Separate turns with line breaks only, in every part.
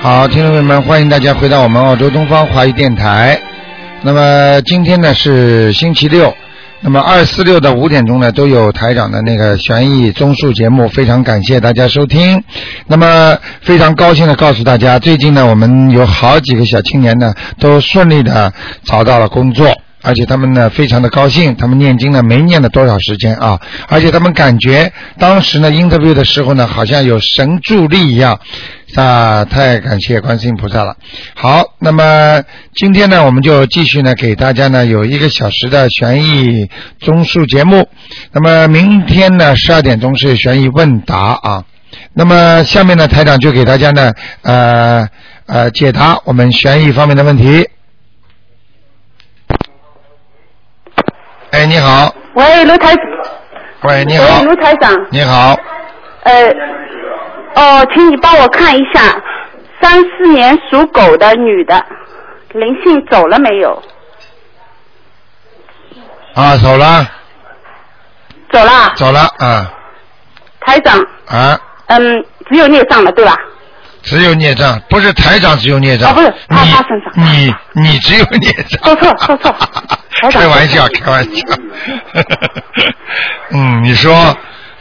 好，听众朋友们，欢迎大家回到我们澳洲东方华语电台。那么今天呢是星期六，那么二四六的五点钟呢都有台长的那个悬疑综述节目，非常感谢大家收听。那么非常高兴的告诉大家，最近呢我们有好几个小青年呢都顺利的找到了工作。而且他们呢非常的高兴，他们念经呢没念了多少时间啊，而且他们感觉当时呢 interview 的时候呢，好像有神助力一样，啊，太感谢观世音菩萨了。好，那么今天呢，我们就继续呢给大家呢有一个小时的悬疑综述节目，那么明天呢十二点钟是悬疑问答啊，那么下面呢台长就给大家呢呃呃解答我们悬疑方面的问题。哎，你好，
喂，卢台，
喂，你好
喂，，卢台长，
你好，
呃，哦，请你帮我看一下，三四年属狗的女的，灵性走了没有？
啊，走了，
走了，
走了，啊
台长，
啊，
嗯，只有孽障了，对吧？
只有孽障，不是台长只有孽障，
啊不是他他身上
你你你只有孽障，
说错 说错台长
开玩笑，开玩笑， 嗯，你说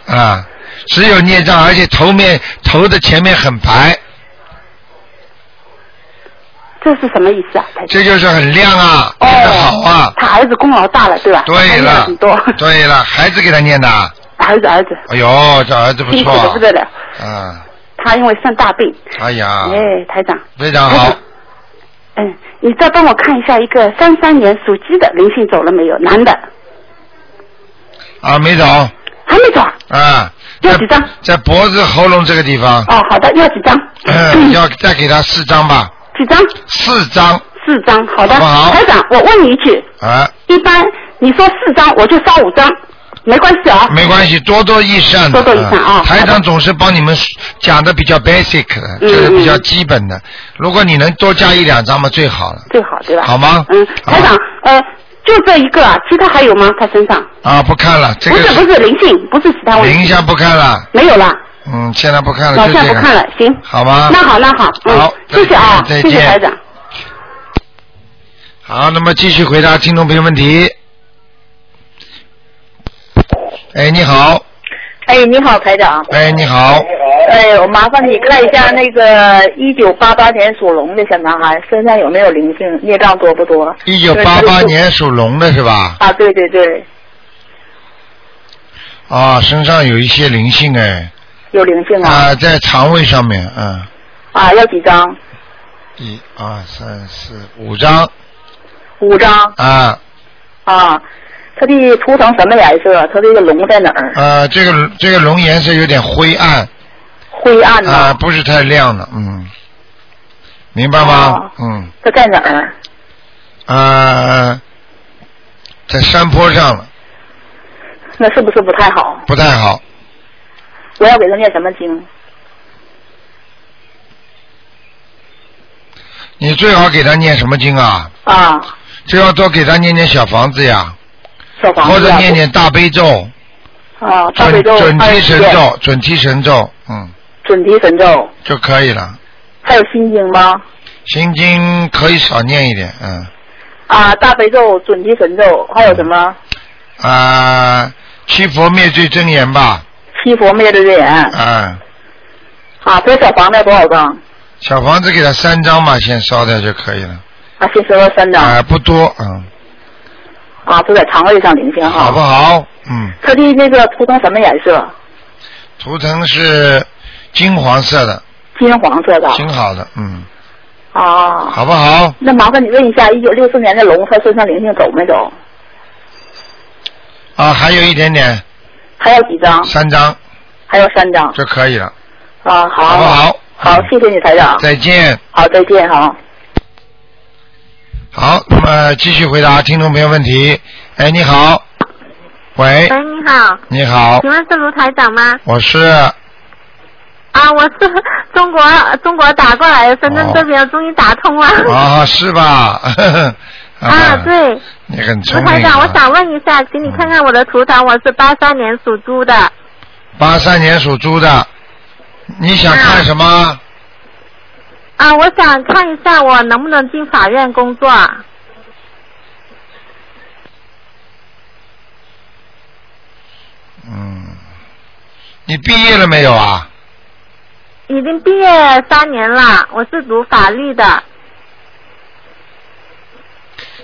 啊，只有孽障，而且头面头的前面很白，
这是什么意思啊，台长？
这就是很亮啊，
哦
念得好啊，
他儿子功劳大了，对吧？他
对
念
了
很多，，
对了，孩子给他念的，
儿子儿子，
哎呦，这儿子不
辛苦
错
的不，得了，
啊，
他因为生大病，
哎呀，
哎，台长，
非常好。
嗯，你再帮我看一下一个三三年属鸡的灵性走了没有？男的
啊，没走啊，
还没走啊？要
在
几张？
在脖子、喉咙这个地 方，
哦，好的，要几张？
要再给他四张吧，
几张？
四张
四张，好的。
好不好
台长，我问你一句，
啊，
一般你说四张，我就烧五张，没关系啊。
没关系，多多益善的，嗯
多多益善啊
台长总是帮你们讲的比较 basic 的，
嗯
就是比较基本的。如果你能多加一两张嘛，最好了，
最好对吧？
好吗？
嗯，
啊好吧
台长，呃，就这一个啊，其他还有吗？他身上？
啊，不看了，这
不
个
是不是灵性，不是其他问题，
零下不看了，
没有了，
嗯，现在不看了，
老
就
现在
这
不看
个，
了，行。
好吗？
那好那好，嗯
好，
谢谢啊，
再
谢
见
谢台长。
好，那么继续回答听众朋友问题。哎，你好，
哎，你好，台长。
哎，你好，
哎，我麻烦你看一下那个一九八八年属龙的小男孩身上有没有灵性，孽障多不多？
一九八八年属龙的是吧？
啊，对对对，
啊，身上有一些灵性哎，
有灵性啊。
啊，在肠胃上面，嗯，
啊，要几张？
一二三四五张
五张
啊，
啊。他的图腾什么颜色？他这个龙在哪儿？
呃，这个这个龙颜色有点灰暗
灰暗呐、
啊，不是太亮了，嗯，明白吗
哦？
嗯，
他在哪儿？
啊，在山坡上了，
那是不是不太好？
不太好，
我要给他念什么经？
你最好给他念什么经啊？
啊，
最好多给他念念小房子呀，
小房子啊。
或者念念大悲咒、
啊，大悲
准
咒
准
二
提
十
神
遍，
咒、准提神咒，嗯，
准提神咒，
就可以了。
还有心经吗？
心经可以少念一点，嗯
啊，大悲咒、准提神咒，还有什么？
啊，七佛灭罪真言吧，
七佛灭罪真言
啊，
啊，这小房子多少张？
小房子给他三张吧，先烧掉就可以了，
啊，先说到三张
啊，不多，嗯，
啊，都在肠胃上灵性
好不
哈。
好？嗯，
他的那个图腾什么颜色？
图腾是金黄色的，
金黄色的
挺好的，嗯，
啊。
好不好？
那麻烦你问一下，一九六四年的龙，他身上灵性走没走？
啊，还有一点点，
还有几张？
三张
还有三张
就可以了，
啊，好，
好不好？
好，谢谢你台长，
再见。
好，再见哈。
好，那么继续回答听众朋友问题。哎，你好，喂，
喂，哎你好，
你哎好
请，问是卢台长吗？
我是
啊，我是中国呃中国打过来的，深
哦
圳这边终于打通了。
啊，是吧？
啊，，对，
你很聪
卢
明啊。
台长，我想问一下，请你看看我的图腾，我是八三年属猪的，
八三年属猪的，你想看什么？
啊、啊，我想看一下我能不能进法院工作。
嗯，你毕业了没有啊？
已经毕业三年了，我是读法律的。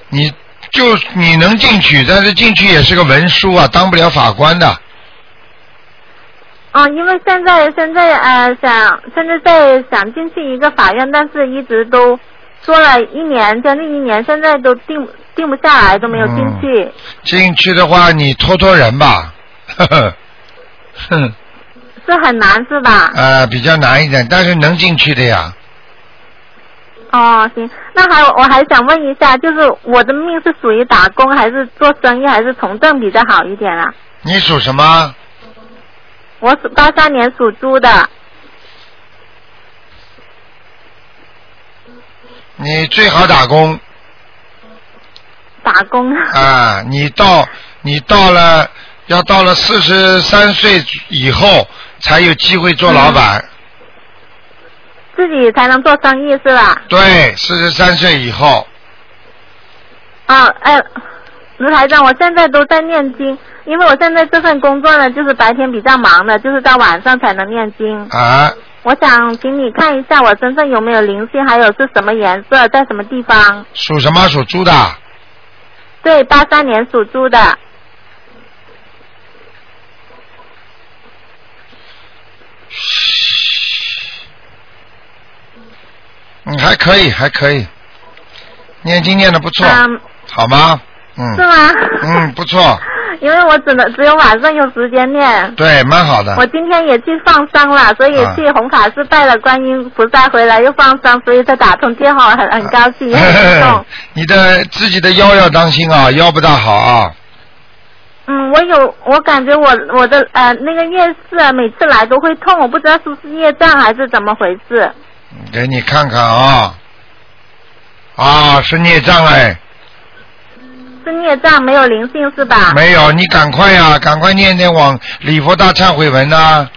你就你能进去，但是进去也是个文书啊，当不了法官的。
嗯，因为现在现在呃想现在在想进去一个法院，但是一直都说了一年将近一年，现在都定定不下来，都没有进去。
进去的话，你拖拖人吧，呵呵，哼，
是很难是吧？
呃，比较难一点，但是能进去的呀。
哦，行，那还有我还想问一下，就是我的命是属于打工还是做生意还是从政比较好一点啊？
你属什么？
我属八三年属猪的，
你最好打工
打工。
啊！你到你到了要到了四十三岁以后，才有机会做老板。
嗯自己才能做生意是吧？
对，四十三岁以后，
啊，哎，卢台长，我现在都在念经，因为我现在这份工作呢，就是白天比较忙的，就是到晚上才能念经。
啊，
我想请你看一下我身上有没有灵性，还有是什么颜色，在什么地方？
属什么？属猪的。
对，八三年属猪的，
嗯嗯，还可以，还可以，念经念的不错，
嗯，
好吗？
是
嗯，
吗？
嗯，不错，
因为我只能只有晚上有时间念。
对，蛮好的
我。今天也去放生了，所以
啊
去红卡寺拜了观音菩萨，回来又放生，所以才打通电话，很很高兴，也很 激动。
你的自己的腰要当心啊，腰不大好啊。
嗯，我有，我感觉我我的呃那个夜市啊，每次来都会痛，我不知道是不是业障还是怎么回事。
给你看看啊，啊，是孽障哎，
是孽障没有灵性是吧？
没有，你赶快呀、赶快念念往礼佛大忏悔文呐、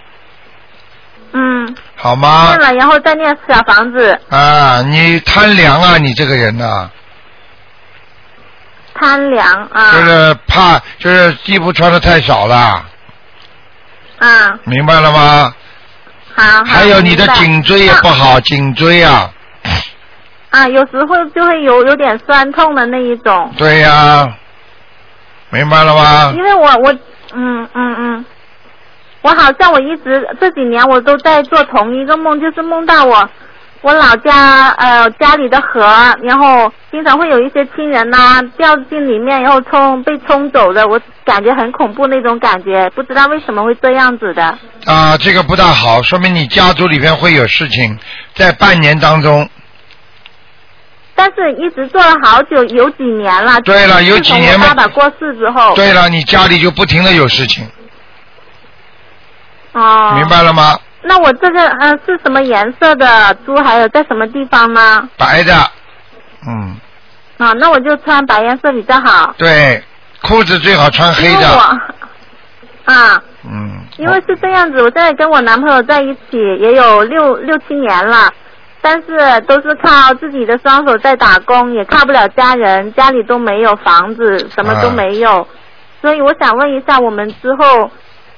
嗯，
好吗
念？了然后再念小房子，
啊，你贪凉啊，你这个人呐、
贪凉啊
就是怕，就是衣服穿的太少了，
啊，
明白了吗？
好。好
还有你的
明白
颈椎也不好，颈椎啊，
啊，有时会就会有有点酸痛的那一种，
对呀、明白了吗
因？为我我嗯嗯嗯，我好像我一直这几年我都在做同一个梦，就是梦到我我老家呃家里的河，然后经常会有一些亲人呐、掉进里面，然后冲被冲走的，我感觉很恐怖那种感觉，不知道为什么会这样子的。
啊，这个不大好，说明你家族里边会有事情，在半年当中。
但是一直做了好久，有几年了。
对了有几年
自从
嘛
我爸爸过世之后。。
对了，你家里就不停的有事情，
哦。
明白了吗？
那我这个呃是什么颜色的猪，还有在什么地方呢？
白的，嗯，
啊，那我就穿白颜色比较好。
对，裤子最好穿啊黑
因为
的，
我啊，
嗯，
因为是这样子，我现在跟我男朋友在一起也有六六七年了，但是都是靠自己的双手在打工，也靠不了家人，家里都没有房子，什么都
啊
没有，所以我想问一下，我们之后。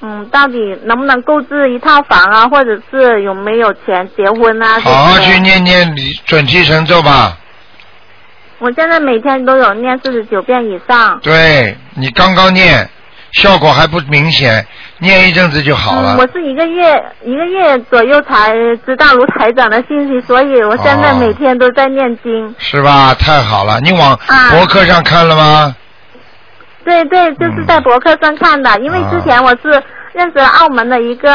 嗯，到底能不能购置一套房啊，或者是有没有钱结婚啊？这些
好好去念念你准提神咒吧。
我现在每天都有念四十九遍以上。
对你刚刚念，效果还不明显，念一阵子就好了。
嗯。我是一个月一个月左右才知道卢台长的信息，所以我现在
哦
每天都在念经。
是吧？太好了，你往
啊
博客上看了吗？
对对，就是
嗯
在博客上看的，因为之前我是认识澳门的一个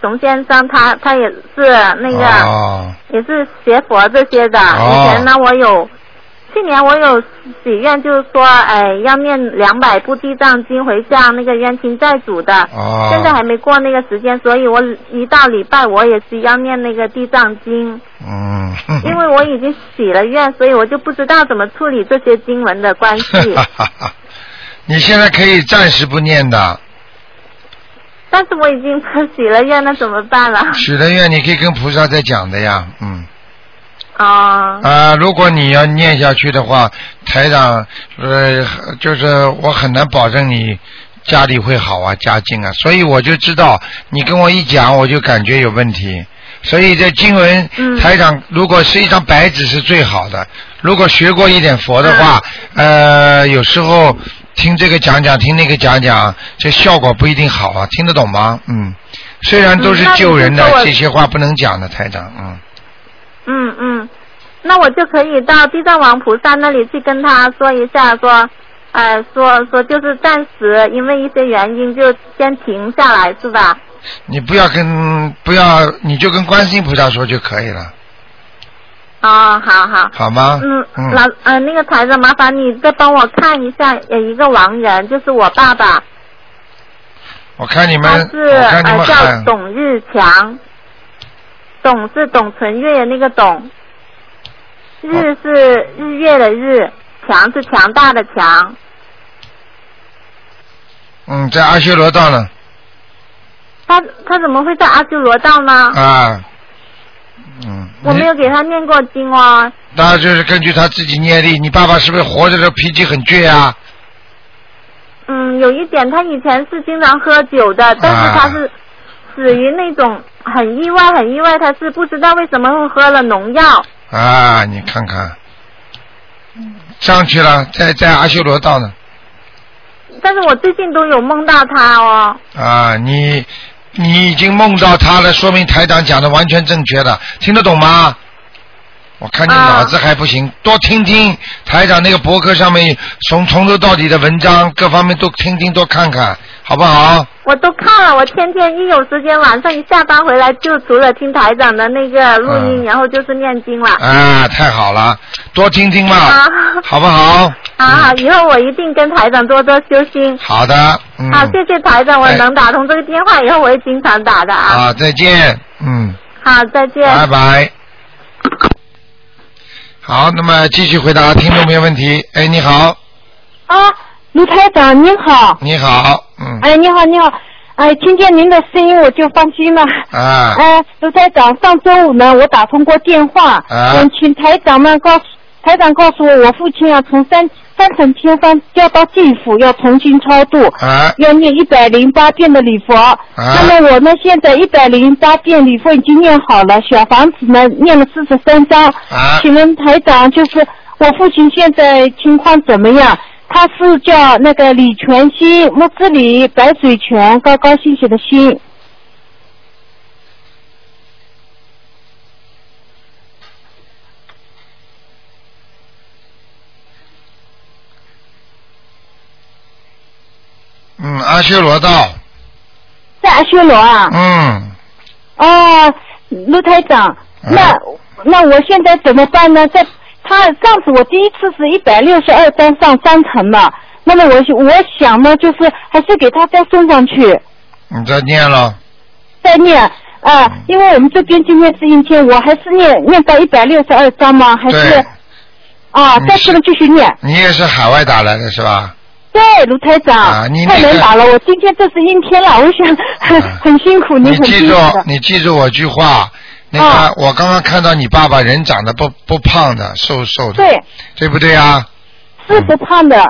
熊先生，他他也是那个、
哦，
也是学佛这些的。
哦
以前呢，我有去年我有许愿，就是说，哎，要念两百部地藏经回向那个冤亲债主的。
哦
现在还没过那个时间，所以我一到礼拜我也需要念那个地藏经，
嗯，哼
因为我已经许了愿，所以我就不知道怎么处理这些经文的 关系。
你现在可以暂时不念的，
但是我已 经许了愿，那怎么办了？
许了愿你可以跟菩萨再讲的呀，嗯，
啊、
啊，如果你要念下去的话，台长，呃，就是我很难保证你家里会好啊，家境啊，所以我就知道你跟我一讲，我就感觉有问题。所以这经文，
嗯
台长如果是一张白纸是最好的。如果学过一点佛的话，
嗯
呃，有时候听这个讲讲，听那个讲讲，这效果不一定好啊，听得懂吗？嗯，虽然都是
嗯那你
救人的
就说，我
这些话不能讲的，台长，嗯。
嗯嗯，那我就可以到地藏王菩萨那里去跟他说一下，说，呃，说说就是暂时因为一些原因就先停下来，是吧？
你不要跟不要，你就跟观世音菩萨说就可以了，
哦，好好。
好吗？
嗯，老
嗯，
呃那个台长，麻烦你再帮我看一下，有一个亡人，就是我爸爸，
我看你
他
们，
是
我看你
呃
们哎
叫
很，
董日强，董是董存月的那个董，
哦
日是日月的日，强是强大的强，
嗯，在阿修罗道呢，
他他怎么会在阿修罗道呢？
啊，嗯，
我没
你，
有给他念过经哦，
那就是根据他自己业力，你爸爸是不是活着的时候脾气很倔啊？
嗯，有一点，他以前是经常喝酒
啊
的，但是他是死于那种很意外，很意外，他是不知道为什么会喝了农药。
啊，你看看，
嗯
上去了，在在阿修罗道呢，
但是我最近都有梦到他哦。
啊，你你已经梦到他了，说明台长讲的完全正确的，听得懂吗？我看你
啊
脑子还不行，多听听台长那个博客上面从从头到底的文章，各方面都听听，多看看，好不好？
我都看了，我天天一有时间，晚上一下班回来就除了听台长的那个录音，
嗯
然后就是念经了。
啊，太好了，多听听嘛
啊，
好不好？
好好，以后我一定跟台长多多修心。
好的，嗯，
好，谢谢台长，我
哎
能打通这个电话，以后我会经常打的啊。
啊，再见，嗯，
好，再见。
拜拜。好，那么继续回答听众朋友问题。哎，你好，
啊，卢台长您好，
你好，嗯。
哎，你好，你好，哎，听见您的声音我就放心了。
啊，
哎，卢台长，上周五呢，我打通过电话，
啊
嗯，请台长们告诉台长告诉我，我父亲啊从三三层天方掉到地府，要重新超度，
啊，
要念一百零八遍的礼佛。那么我呢，现在一百零八遍礼佛已经念好了，小房子呢念了四十三章。
啊
请问台长，就是我父亲现在情况怎么样？他是叫那个李全新，木子李，白水泉，高高兴兴的兴。
嗯，阿修罗道，
在阿修罗啊？
嗯，
哦，卢台长，
嗯
那、那我现在怎么办呢？在他上次我第一次是一百六十二单上三层嘛，那么我是我想呢，就是还是给他再送上去，
你再念了，
再念啊、因为我们这边今天是阴天，我还是念念到一百六十二章吗？还
对
是，啊，
你
再
是
不能继续念。
你也是海外打来的是吧？
对，卢台长，
啊你
太
那
能
个
打了！我今天这是阴天了，我想很、
啊
很辛苦，你
你
很
记
辛
住
苦的，。
你记住我句话，那个、
啊
我刚刚看到你爸爸人长得不不胖的，瘦瘦的，
对，
对不对啊？
是不胖 的。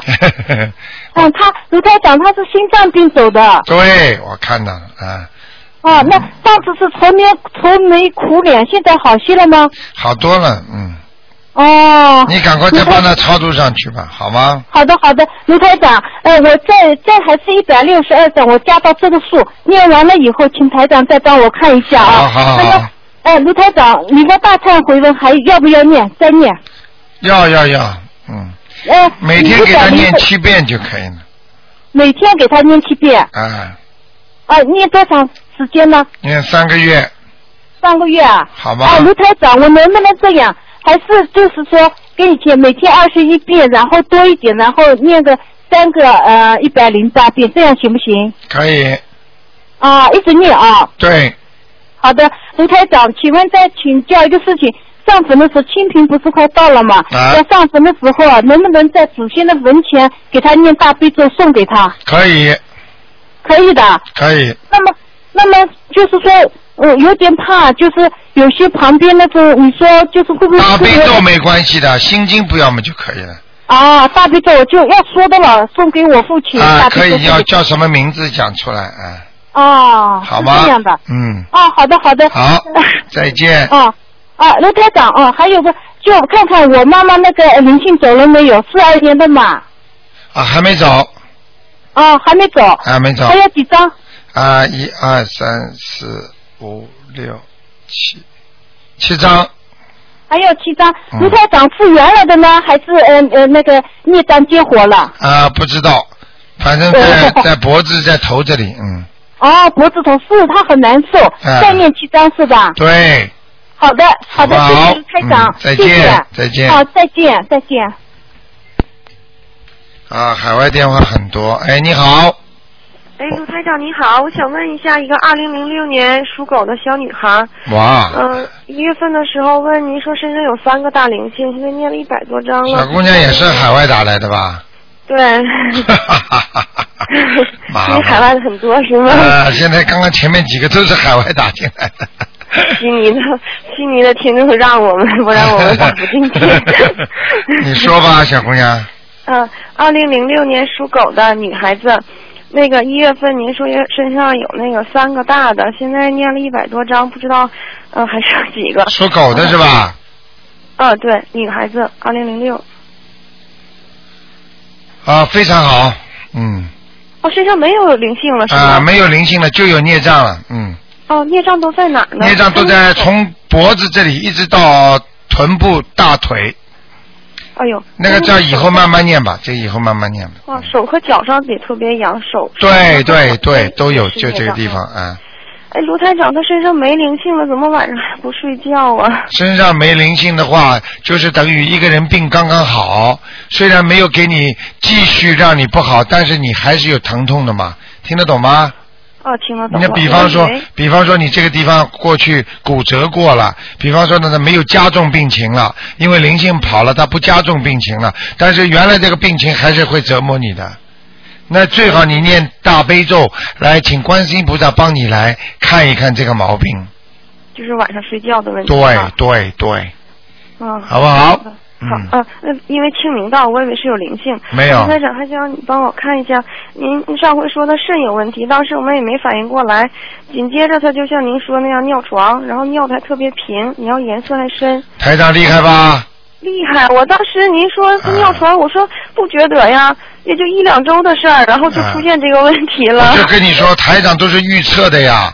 嗯，他卢台长他是心脏病走的，
对，我看到了啊，
哦，那上次是愁眉愁眉苦脸，现在好些了吗？
好多了，嗯，
哦，
你赶快再帮他超度上去
嗯
吧，好吗？
好的好的，卢台长，呃，我再再还是一百六十二张，我加到这个数，念完了以后，请台长再帮我看一下啊。
好好好
那么，呃，卢台长，你的大忏悔文还要不要念？再念。
要要要，嗯，
呃，
每天给他
106
念，七遍就可以了，
每天给他念七遍，啊、
啊，
念多长时间呢？
念三个月，
上个月啊。
好吧
啊，卢台长，我能不能这样？还是就是说，跟以前每天二十一遍，然后多一点，然后念个三个呃一百零八遍，这样行不行？
可以，
啊，一直念啊。
对，
好的，卢台长，请问再请教一个事情。上坟的时候，清平不是快到了吗？
啊
在上坟的时候啊，能不能在祖先的坟前给他念大悲咒送给他？
可以，
可以的。
可以，
那么，那么就是说，我有点怕，就是有些旁边那个，你说就是会不会
大悲
会不会
咒啊没关系的，心经不要嘛就可以了。
啊，大悲咒我就要说的了，送给我父亲。
啊，
大
可
悲咒
以要叫什么名字讲出来啊？
哦，
好
是
吗？
这样的。
嗯，
哦，好的，好的。
好， 哎再见。
哦，啊，刘台长，哦，还有个，就看看我妈妈那个呃灵性走了没有？四二年的马，
啊，还没走，
哦，还没走，
还没走
还。有几张？
啊，一二三四五六七，七张。
还有七张。
嗯
卢台长是原来的呢，还是呃呃那个孽障激活了？
啊，不知道，反正在在脖子在头这里，嗯，
哦，脖子疼，是他很难受，
哎
再念七张是吧？
对，
好的，好的，
好
谢谢卢台长，
嗯再
谢谢
见再见
好，再见，再见。
啊，海外电话很多。哎，你好，
哎，卢台长你好，我想问一下，一个二零零六年属狗的小女孩，
哇，
嗯、一月份的时候问您说身上有三个大灵性，现在念了一百多张了。
小姑娘也是海外打来的吧？
对，
哈哈哈哈哈， 麻烦
你海外的很多 是吗？
啊，现在刚刚前面几个都是海外打进来 的。。
悉尼的悉尼的听众让我们，不然我们打不进去
你说吧，小姑娘。
嗯，二零零六年属狗的女孩子，那个一月份您说身上有那个三个大的，现在念了一百多张，不知道嗯、呃还剩几个？呃
属狗的是吧？
啊，对，女孩子，二零零六。
啊，非常好，嗯，
哦，身上没有灵性了是吗？
啊，没有灵性了，就有孽障了，嗯，
哦，孽障都在哪儿呢？嗯
孽障都在从脖子这里一直到臀部、大腿，
哎呦，嗯
那个叫以后慢慢念吧，这以后慢慢念吧。
哇，手和脚上也特别痒，手。
对
手和
对
脚
对，都有，
嗯是
就
孽
这个
障
地方啊，
哎，卢台长，他身上没灵性了，怎么晚上还不睡觉啊？
身上没灵性的话，就是等于一个人病刚刚好，虽然没有给你继续让你不好，但是你还是有疼痛的嘛，听得懂吗？
哦，听得懂了。哎
那比方说
我以为，
比方说你这个地方过去骨折过了，比方说呢，它没有加重病情了，因为灵性跑了，它不加重病情了，但是原来这个病情还是会折磨你的。那最好你念大悲咒来，请观世音菩萨帮你来看一看这个毛病。
就是晚上睡觉的问题。啊
对对对，
嗯，
好不好
的
嗯
好，呃，那因为清明到，我以为是有灵性。
没有
卢台长还想让你帮我看一下，您您上回说的肾有问题，当时我们也没反应过来，紧接着他就像您说那样尿床，然后尿的还特别频，你要颜色还深，
台长厉害吧？
厉害！我当时您说
啊
尿床，我说不觉得呀，也就一两周的事儿，然后就
啊
出现这个问题了。
我就跟你说，台长都是预测的呀。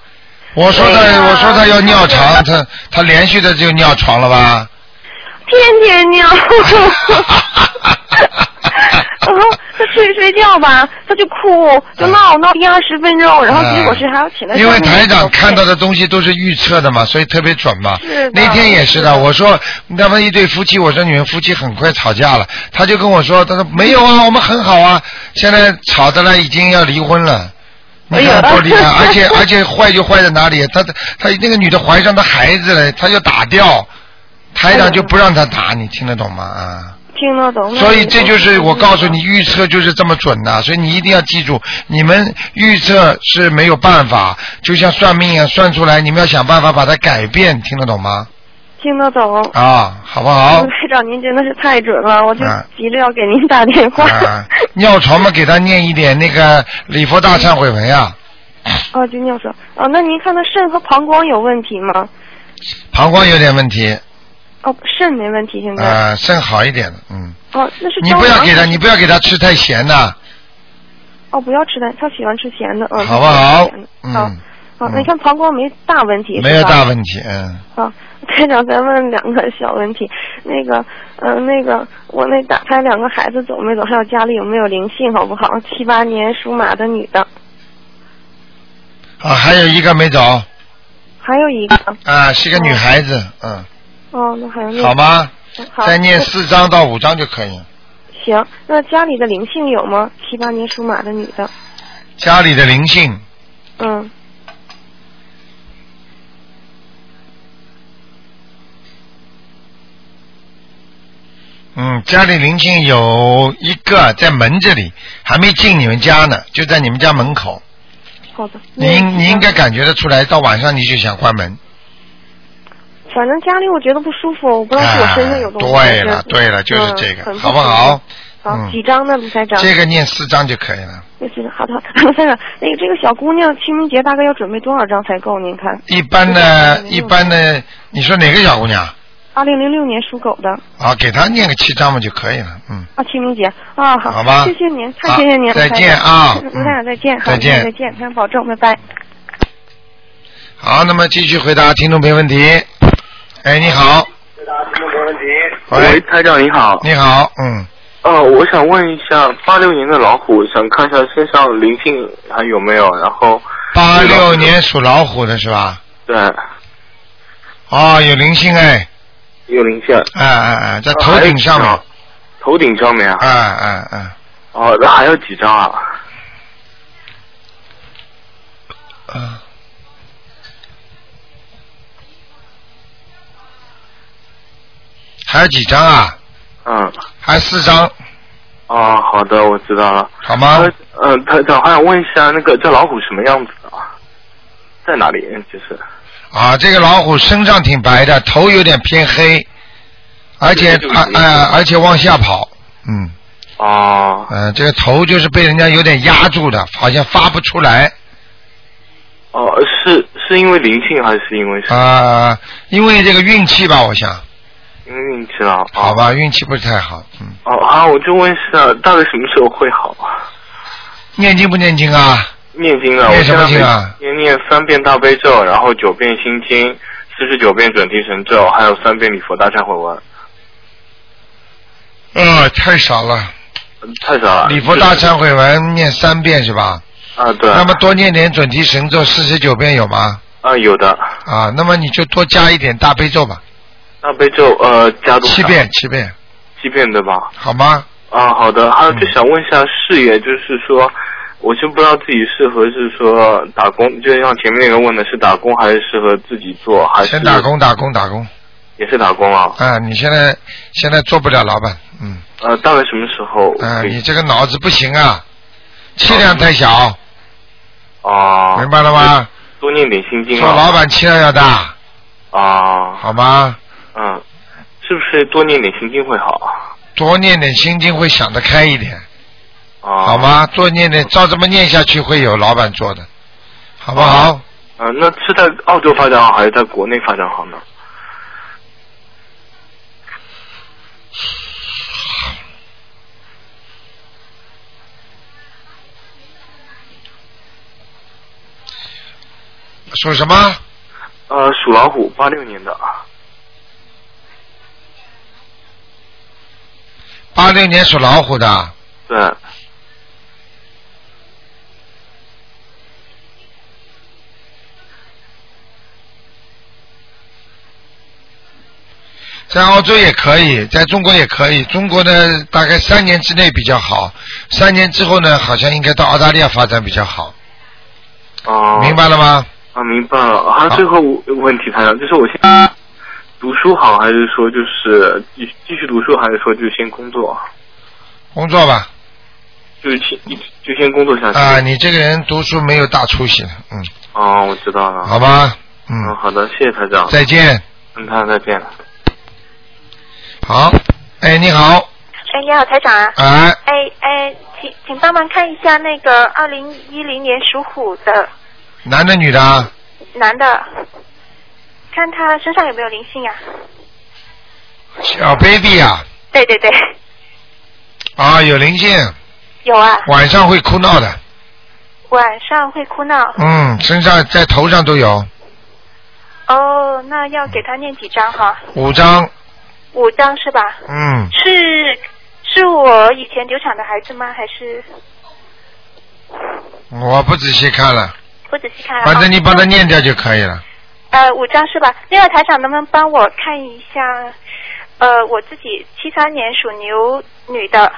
我说他，
对呀
我说他要尿床，他他连续的就尿床了吧？
天天尿。 然后他睡睡觉吧，他就哭，就闹闹一二十分钟，然后结果是还要起来上厕所。
嗯因为台长看到的东西都是预测的嘛，所以特别准嘛
是的。
那天也是
是
的，
的
我说他们一对夫妻，我说你们夫妻很快吵架了，他就跟我说，他说没有啊，我们很好啊，现在吵的呢已经要离婚了。你看多厉害！ 而且而且坏就坏在哪里？他他那个女的怀上她孩子了，他就打掉，台长就不让他打，你听得懂吗？啊。
听得懂。
所以这就是我告诉你，预测就是这么准呐、所以你一定要记住，你们预测是没有办法，就像算命一样，算出来你们要想办法把它改变，听得懂吗？
听得懂。
啊，好不好
卢？台长，您真的是太准了，我就
啊
急着要给您打电话。
啊，尿床嘛，给他念一点那个礼佛大忏悔文啊，
哦，就尿床。哦，那您看他肾和膀胱有问题吗？
膀胱有点问题，
哦，肾没问题，现在。
啊，肾好一点了，嗯，
哦，那是
你不要
蟑螂
给他，你不要给他吃太咸呐、
哦，不要吃的，他喜欢吃咸的，嗯，
好不好
他喜欢吃咸的？
嗯
好，好，
嗯
那你看膀胱没大问题，
没有大
题。
问题，嗯，
好，台长再问两个小问题，那个，嗯、那个，我那打胎两个孩子走没走，还有家里有没有灵性，好不好？七八年属马的女的，
啊，还有一个没走，
还有一个，
啊，是一个女孩子，嗯，
哦，那还有那个嗯
好？吗？
好，
再念四章到五章就可以。
行，那家里的灵性有吗？七八年属马的女的，
家里的灵性
嗯，
嗯，家里灵性有一个在门这里，还没进你们家呢，就在你们家门口。
好的。
你应你应该感觉得出来，到晚上你就想关门。
反正家里我觉得不舒服，我不知道是我身上有东西。
啊
还
对了
是
对了就是这个
嗯、很
好不好
好，
嗯
几张呢，卢台长？
这个念四章就可以了，
那行，好的，好 的卢台长，那个这个小姑娘清明节大概要准备多少张才够？您看，
一般的，一般的，你说哪个小姑娘？
二零零六年属狗的
啊，给她念个七章嘛就可以了，嗯。
啊，清明节啊，好，
好吧
谢谢您，太
好
谢谢您，
再
卢台长嗯
见啊
卢台长再见，好
再见
再见，台长保重，拜拜。
好，那么继续回答听众朋友问题。哎，你好，
啊
喂，台长你好。
你好，嗯，
呃，我想问一下，八六年的老虎，想看一下身上灵性还有没有？然后，
八六年属老虎的是吧？
对，
哦，有灵性哎，
有灵性。
哎哎
哦
哎，在头顶上面，
头顶上面啊。
哎哎哎，
哦，那还有几张啊？
嗯。还有几张啊？
嗯。
还四张，
哦，好的，我知道了。
好吗？
嗯、台长，还想问一下，那个这老虎什么样子啊？在哪里？就是
啊，这个老虎身上挺白的，头有点偏黑，而且啊啊，而且往下跑，嗯，
哦，
呃，这个头就是被人家有点压住的，好像发不出来
哦、是是因为灵性还是因为什
啊、因为这个运气吧，我想，
因为运气了？
好吧，运气不是太好，嗯，
哦啊，我就问一下，大概什么时候会好啊？
念经不念经啊？
念经了，
念
我
什
现
么
在
经啊
每天念三遍大悲咒，然后九遍心经，四十九遍准提神咒，还有三遍礼佛大忏悔文，
呃，太少了，
嗯太少了。
啊礼佛大
就是
忏悔文念三遍是吧？
啊，对。
那么多念点准提神咒四十九遍有吗？
啊，有的
啊，那么你就多加一点大悲咒吧，
大悲咒呃加多少
七遍，七遍，
七遍对吧？
好吗？
啊，好的。
嗯
还有就想问一下事业，就是说，我就不知道自己适合是说打工，就像前面那个问的是打工还是适合自己做，还是
先打工打工打工。
也是打工啊？
啊，你现在现在做不了老板，嗯，
呃，大概什么时候可以？
啊，你这个脑子不行啊，气量太小，
啊，
明白了吗？
多念点心经啊。
做老板气量要大，
啊，
好吗？
嗯，是不是多念点心经会好啊？
多念点心经会想得开一点，
啊
好？吗？多念点，照这么念下去会有老板做的，好不好？
嗯、那是在澳洲发展好还是在国内发展好呢？
属什么？
呃，属老虎，八六年的，
八六年属老虎的，
对，
在澳洲也可以，在中国也可以。中国呢，大概三年之内比较好，三年之后呢，好像应该到澳大利亚发展比较好，
哦、
明白了吗？
啊，明白了。还有最后一个问题，台长，就是我现
啊
在读书好，还是说就是继续继续读书，还是说就先工作，
工作吧。
就是先一就先工作下去？
啊，你这个人读书没有大出息，嗯，
哦，我知道了。
好吧，
嗯，
嗯，
好的，谢谢台长。
再见，
嗯，台长再见。
好，哎，你好，
哎，你好，台长啊。
哎，
哎哎，请请帮忙看一下那个二零一零年属虎的
男的女的啊？
男的，看他身上有没有灵性呀、啊
小 baby 啊，
对对对，
啊，有灵性，
有啊，
晚上会哭闹的，
晚上会哭闹。
嗯，身上在头上都有
哦，那要给他念几张哈？
五张，
五张是吧？
嗯，
是是我以前流产的孩子吗？还是
我不仔细看了，
不仔细看啊？
反正你
哦
帮他念掉就可以了。
呃，五张是吧？另外，台长能不能帮我看一下？呃，我自己七三年属牛女的，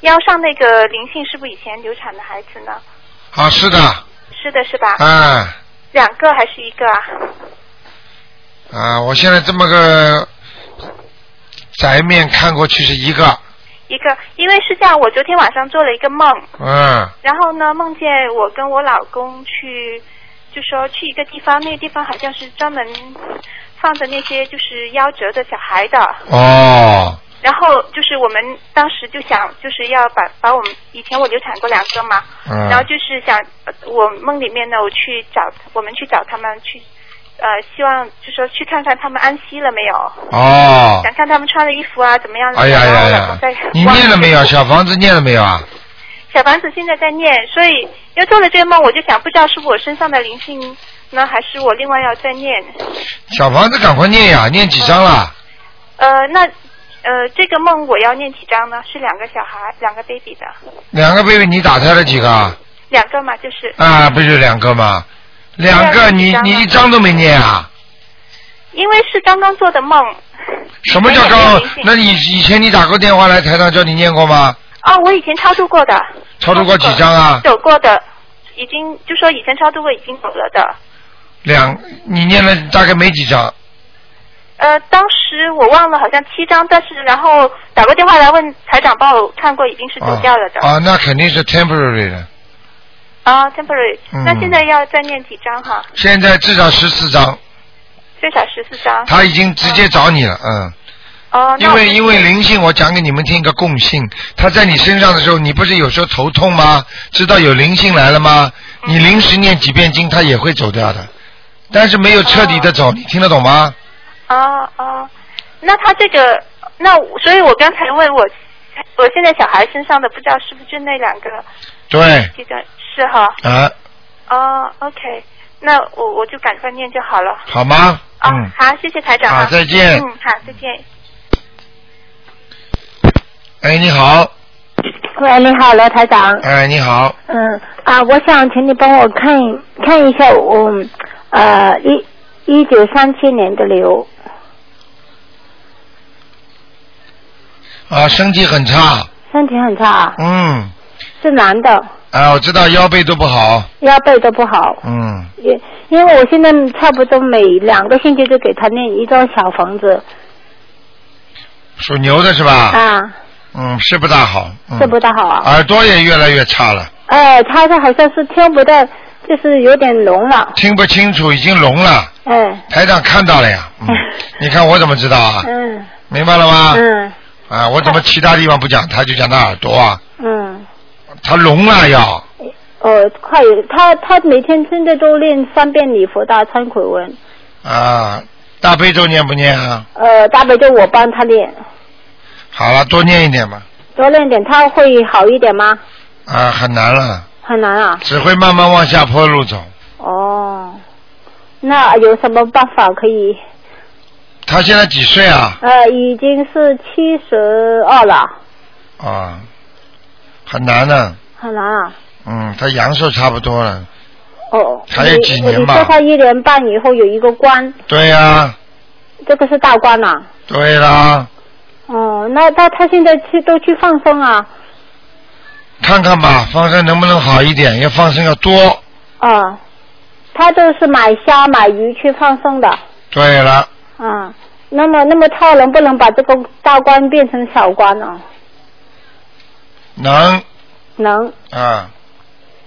腰上那个灵性是不是以前流产的孩子呢？
啊，是的，
是的，是吧？
啊
两个还是一个啊？
啊，我现在这么个宅面看过去是一个，
一个，因为是这样，我昨天晚上做了一个梦，
嗯
然后呢，梦见我跟我老公去，就说去一个地方，那个地方好像是专门放着那些就是夭折的小孩的。
哦，
然后就是我们当时就想，就是要把把我们以前我流产过两个嘛，
嗯
然后就是想，呃我梦里面呢，我去找我们去找他们去，呃，希望就说去看看他们安息了没有，
哦，
想看他们穿的衣服啊怎么样了。
哎呀
然后
呀
我老公
呀
在，
你念了没有？小房子念了没有啊？
小房子现在在念，所以因为做了这个梦，我就想，不知道是我身上的灵性呢，还是我另外要再念。
小房子赶快念呀，念几张了？
呃，那呃，这个梦我要念几张呢？是两个小孩，两个 baby 的，
两个 baby 你打胎了几个啊？
两个嘛，就是
啊，不是两个吗？两
啊
个你你一张都没念啊？
因为是刚刚做的梦。
什么叫刚？那你以前你打过电话来台上叫你念过吗？
哦，我以前超度过的。
超度过几张啊？
走过的，已经就说以前超度过，已经走了的。
两，你念了大概没几张？
呃，当时我忘了，好像七张，但是然后打过电话来问台长帮我看过，已经是走
啊
掉了的。
啊，那肯定是 temporary 的，
啊，temporary，、
嗯
那现在要再念几张哈？
现在至少十四张，
啊最少十四张。
他已经直接找你了，嗯。
哦，那
因
我
为因为灵性，我讲给你们听一个共性，它在你身上的时候，你不是有时候头痛吗？知道有灵性来了吗？你临时念几遍经，它也会走掉的，但是没有彻底的走，你听得懂吗？
哦哦，那他这个，那我所以我刚才问我，我现在小孩身上的不知道是不是就那两个，
对，
记得是哈？
啊，
哦，OK，那我我就赶快念就好了。
好吗？
啊、
嗯。
好，谢谢台长
好
啊。
再见
嗯，好，再见。
哎，你好，
喂，你好，罗台长。
哎，你好，
嗯啊，我想请你帮我看一看一下我呃一一九三七年的牛
啊，身体很差，
身体很差，啊
嗯，
是男的，
啊，我知道腰背都不好，
腰背都不好，
嗯，
也因为我现在差不多每两个星期就给他念一张小房子
属牛的是吧？
啊，
嗯，是不大好，嗯
这不大好啊。
耳朵也越来越差了，
哎，他他好像是听不到，就是有点聋了，
听不清楚，已经聋了。
哎，
台长看到了呀，嗯，你看我怎么知道啊？
嗯
明白了吗？
嗯
啊，我怎么其他地方不讲，他就讲他耳朵啊，
嗯，
他聋了要，
哦，快，他他每天现在都练三遍礼佛大忏悔文。
啊，大悲咒念不念啊？
呃，大悲咒我帮他练，
好了，多念一点嘛，
多练点，他会好一点吗？
啊，很难了，
很难啊。
只会慢慢往下坡路走。
哦，那有什么办法可以？
他现在几岁啊？
呃，已经是七十二了，
啊，很难呢、
很难啊。
嗯，他阳寿差不多了。
哦，
还有
你
几年吧
你说他一年半以后有一个关，
对呀、
这个是大关呐、
对啦，
哦，那他他现在去都去放生啊？
看看吧，放生能不能好一点？要放生要多。
啊、他都是买虾买鱼去放生的。
对了，
啊，那么那么他能不能把这个大关变成小关呢？
能
能。
啊，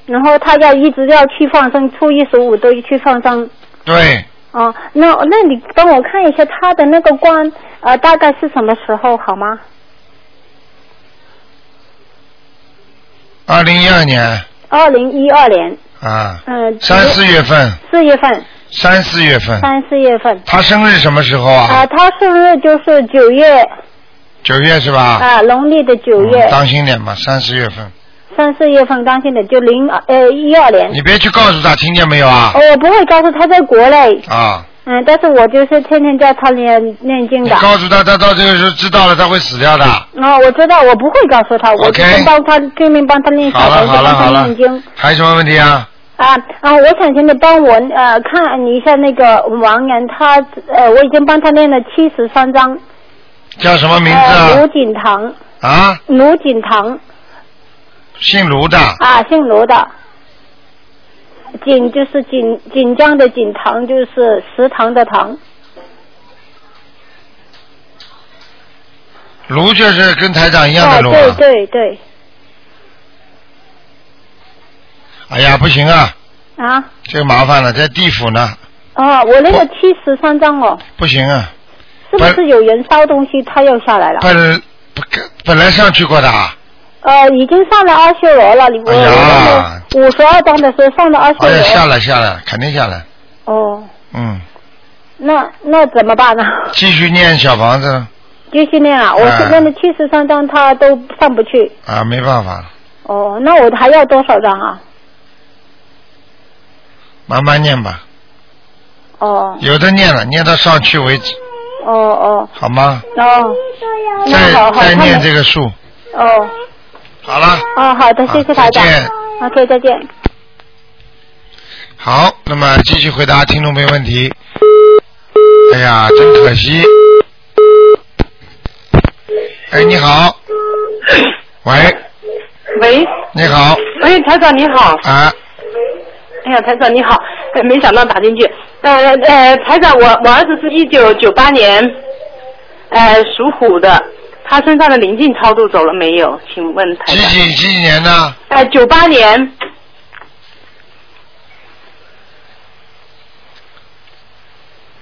然后他要一直要去放生，初一十五都去放生。
对，
哦，那那你帮我看一下他的那个关，呃，大概是什么时候好吗？
二零一二年
二零一二年，
啊，
嗯、
三四月份，
四月份，
三四月份，
三四月份。
他生日什么时候
啊、
啊？
他生日就是九月
九月是
啊、
吧？
农历的九月
嗯，当心点吧，三四月份，
三四月份，当心的就零呃一二年。
你别去告诉他，听见没有啊
哦？我不会告诉他在国内，
啊，
嗯，但是我就是天天叫他念念经
你
的。
告诉他，他到这个时候知道了，他会死掉的。
啊、我知道，我不会告诉他，我
OK
只是帮他拼命帮他念小
好了
房子，
好了好
帮他
了
念经。，
还有什么问题啊？
啊啊！我想请你帮我呃看一下那个王源，他呃我已经帮他念了七十三章。
叫什么名字
呃、卢
啊？
锦堂，
啊，
卢锦堂
姓卢的，
啊，姓卢的。锦就是锦锦江的锦，堂就是食堂的堂。
卢就是跟台长一样的卢、
对
啊。
对对，
哎呀，不行啊，
啊，
这个麻烦了，在地府呢，
哦，我那个七十三张哦，
不行啊，
是不是有人烧东西，他又下来了？
本本本来上去过的啊，
呃，已经上了阿修罗了，你我
呀
五十二张的时候上了阿修
哎呀，下
罗。
来下来，肯定下来，
哦，
嗯，
那那怎么 办呢？
继续念小房子
继续念啊！我
哎
现在的七十三张他都上不去。
啊，没办法了，
哦，那我还要多少张啊？
慢慢念吧，
哦
有的念了，念到上去为止，
哦哦
好吗？
哦，那
再
好好
再
看
念
看
这个数，
哦
好了。
哦，好的，谢谢
好
台长。
再见
OK，再见。
好，那么继续回答听众朋友问题。哎呀，真可惜。哎，你好。喂，
喂，
你好。
喂，台长你好。
啊，
哎呀，台长你好，呃没想到打进去。呃呃，台长，我我儿子是一九九八年，呃属虎的，他身上的灵性超度走了没有？请问台
几
长？
几几几年呢？
呃，九八年，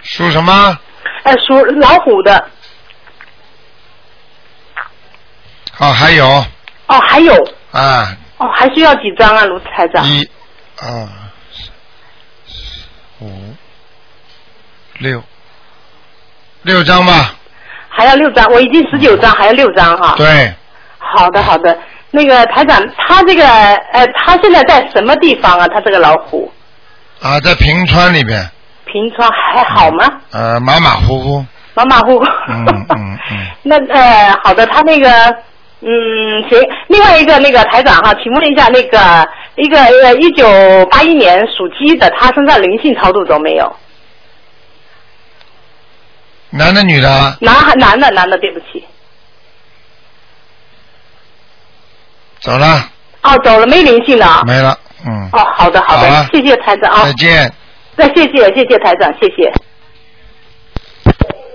属什么？
呃属老虎的。
哦，还有
哦，还有，
啊，
哦，还需要几张啊，卢台长？
一、二、五、六，六张吧。
还要六张，我已经十九张，还要六张哈。
对，
好的，好的。那个台长，他这个呃，他现在在什么地方啊？他这个老虎，
啊，在平川里边，
平川还好吗？
呃，马马虎虎。
马马虎虎。
嗯 嗯嗯。
那呃，好的，他那个，嗯，行。另外一个那个台长哈，请问一下，那个一个呃，一九八一年属鸡的，他身上灵性超度走没有？
男的女的啊？
男孩男的男的，对不起。
走了，
哦，走了，没灵性了啊。
没了，嗯。
哦，好的好的，
好了哎
谢谢台长啊。
再。见。
那谢谢谢谢台长，谢谢。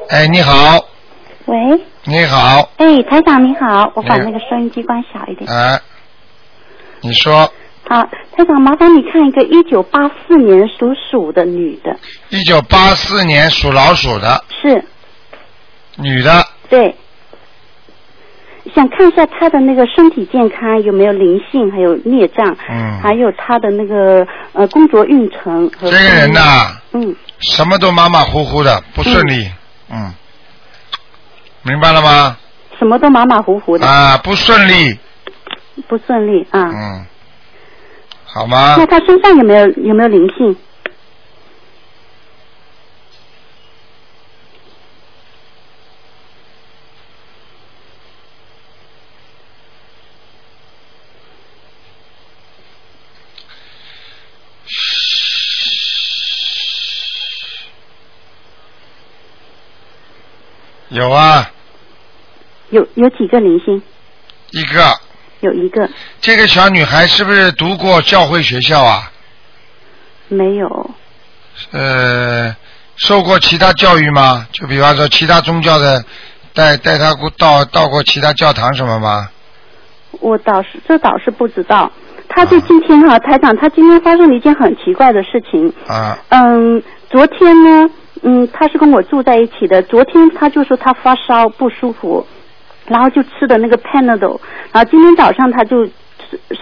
哎，你好，
喂，
你好，
哎，台长你好，我把
你好
那个收音机关小一点。
哎，你说
好，台长，麻烦你看一个一九八四年属鼠的女的，
一九八四年属老鼠的
是
女的，
对，想看一下她的那个身体健康有没有灵性，还有孽障，
嗯，
还有她的那个呃工作运程和
这个人呐、
嗯，
什么都马马虎虎的，不顺利，嗯，明白了吗？
什么都马马虎虎的，
啊，不顺利，
不顺利啊。
嗯，好吗
那？她身上有没有有没有灵性？
有啊，
有有几个灵性？
一个，
有一个
这个小女孩是不是读过教会学校啊？
没有。
呃，受过其他教育吗？就比方说其他宗教的，带带他过到到过其他教堂什么吗？
我倒是这倒是不知道。他就今天哈、台长，他今天发生了一件很奇怪的事情。
啊，
嗯，昨天呢，嗯，他是跟我住在一起的。昨天他就说他发烧不舒服，然后就吃的那个 Panadol，然后今天早上他就吃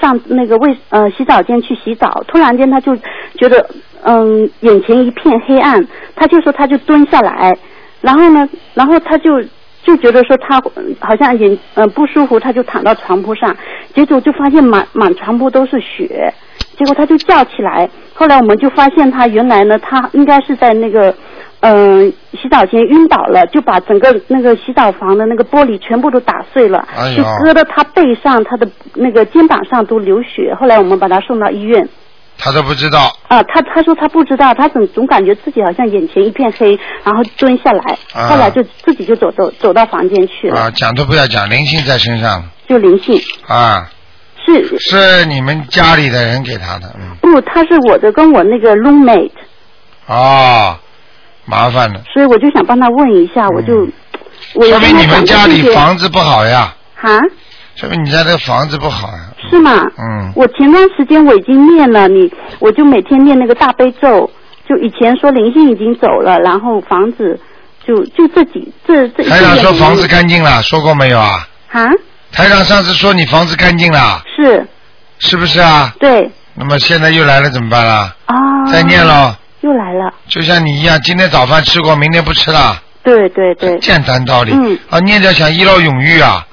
上那个卫呃洗澡间去洗澡，突然间他就觉得嗯眼前一片黑暗，他就说他就蹲下来，然后呢，然后他就就觉得说他嗯好像眼嗯、不舒服，他就躺到床铺上，结果就发现满满床铺都是血，结果他就叫起来，后来我们就发现他原来呢，他应该是在那个。嗯，洗澡间晕倒了，就把整个那个洗澡房的那个玻璃全部都打碎了，
哎呦
就割到他背上、他的那个肩膀上都流血。后来我们把他送到医院，
他都不知道
啊，他他说他不知道，他总总感觉自己好像眼前一片黑，然后蹲下来，
啊
后来就自己就走走走到房间去了，
啊，讲都不要讲，灵性在身上
就灵性
啊，
是
是你们家里的人给他的，嗯，
不，他是我的跟我那个 roommate，
哦，麻烦了，
所以我就想帮他问一下，我就我
嗯说
跟
明
他
你们
讲
家
过
里
这些
房子不好呀，
啊，
说明你家这个房子不好呀。
是吗？
嗯，
我前段时间我已经念了你，我就每天念那个大悲咒，就以前说灵性已经走了，然后房子就就这几这 这一个
台长
月
哎说
没
房子
有
干净了，说过没有啊？
啊
台长上次说你房子干净了，
是
是不是啊？
对
那么现在又来了怎么办啦？
啊，
再念喽，
又来了，
就像你一样，今天早饭吃过，明天不吃了，
对对对，
简单道理。
嗯
啊，念着想一劳永逸啊。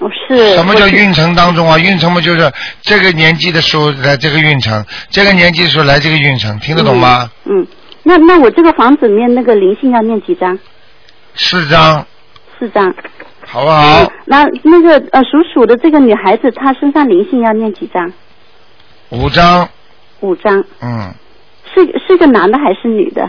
我是
什么
我
叫
是
运程当中啊？运程不就是这个年纪的时候来这个运程，这个年纪的时候来这个运程，听得懂吗？
嗯，那那我这个房子里面那个灵性要念几张？
四张，
四张。
好不好？
那那个呃属鼠的这个女孩子，她身上灵性要念几张？
五张，
五张。
嗯，
是是个男的还是女的？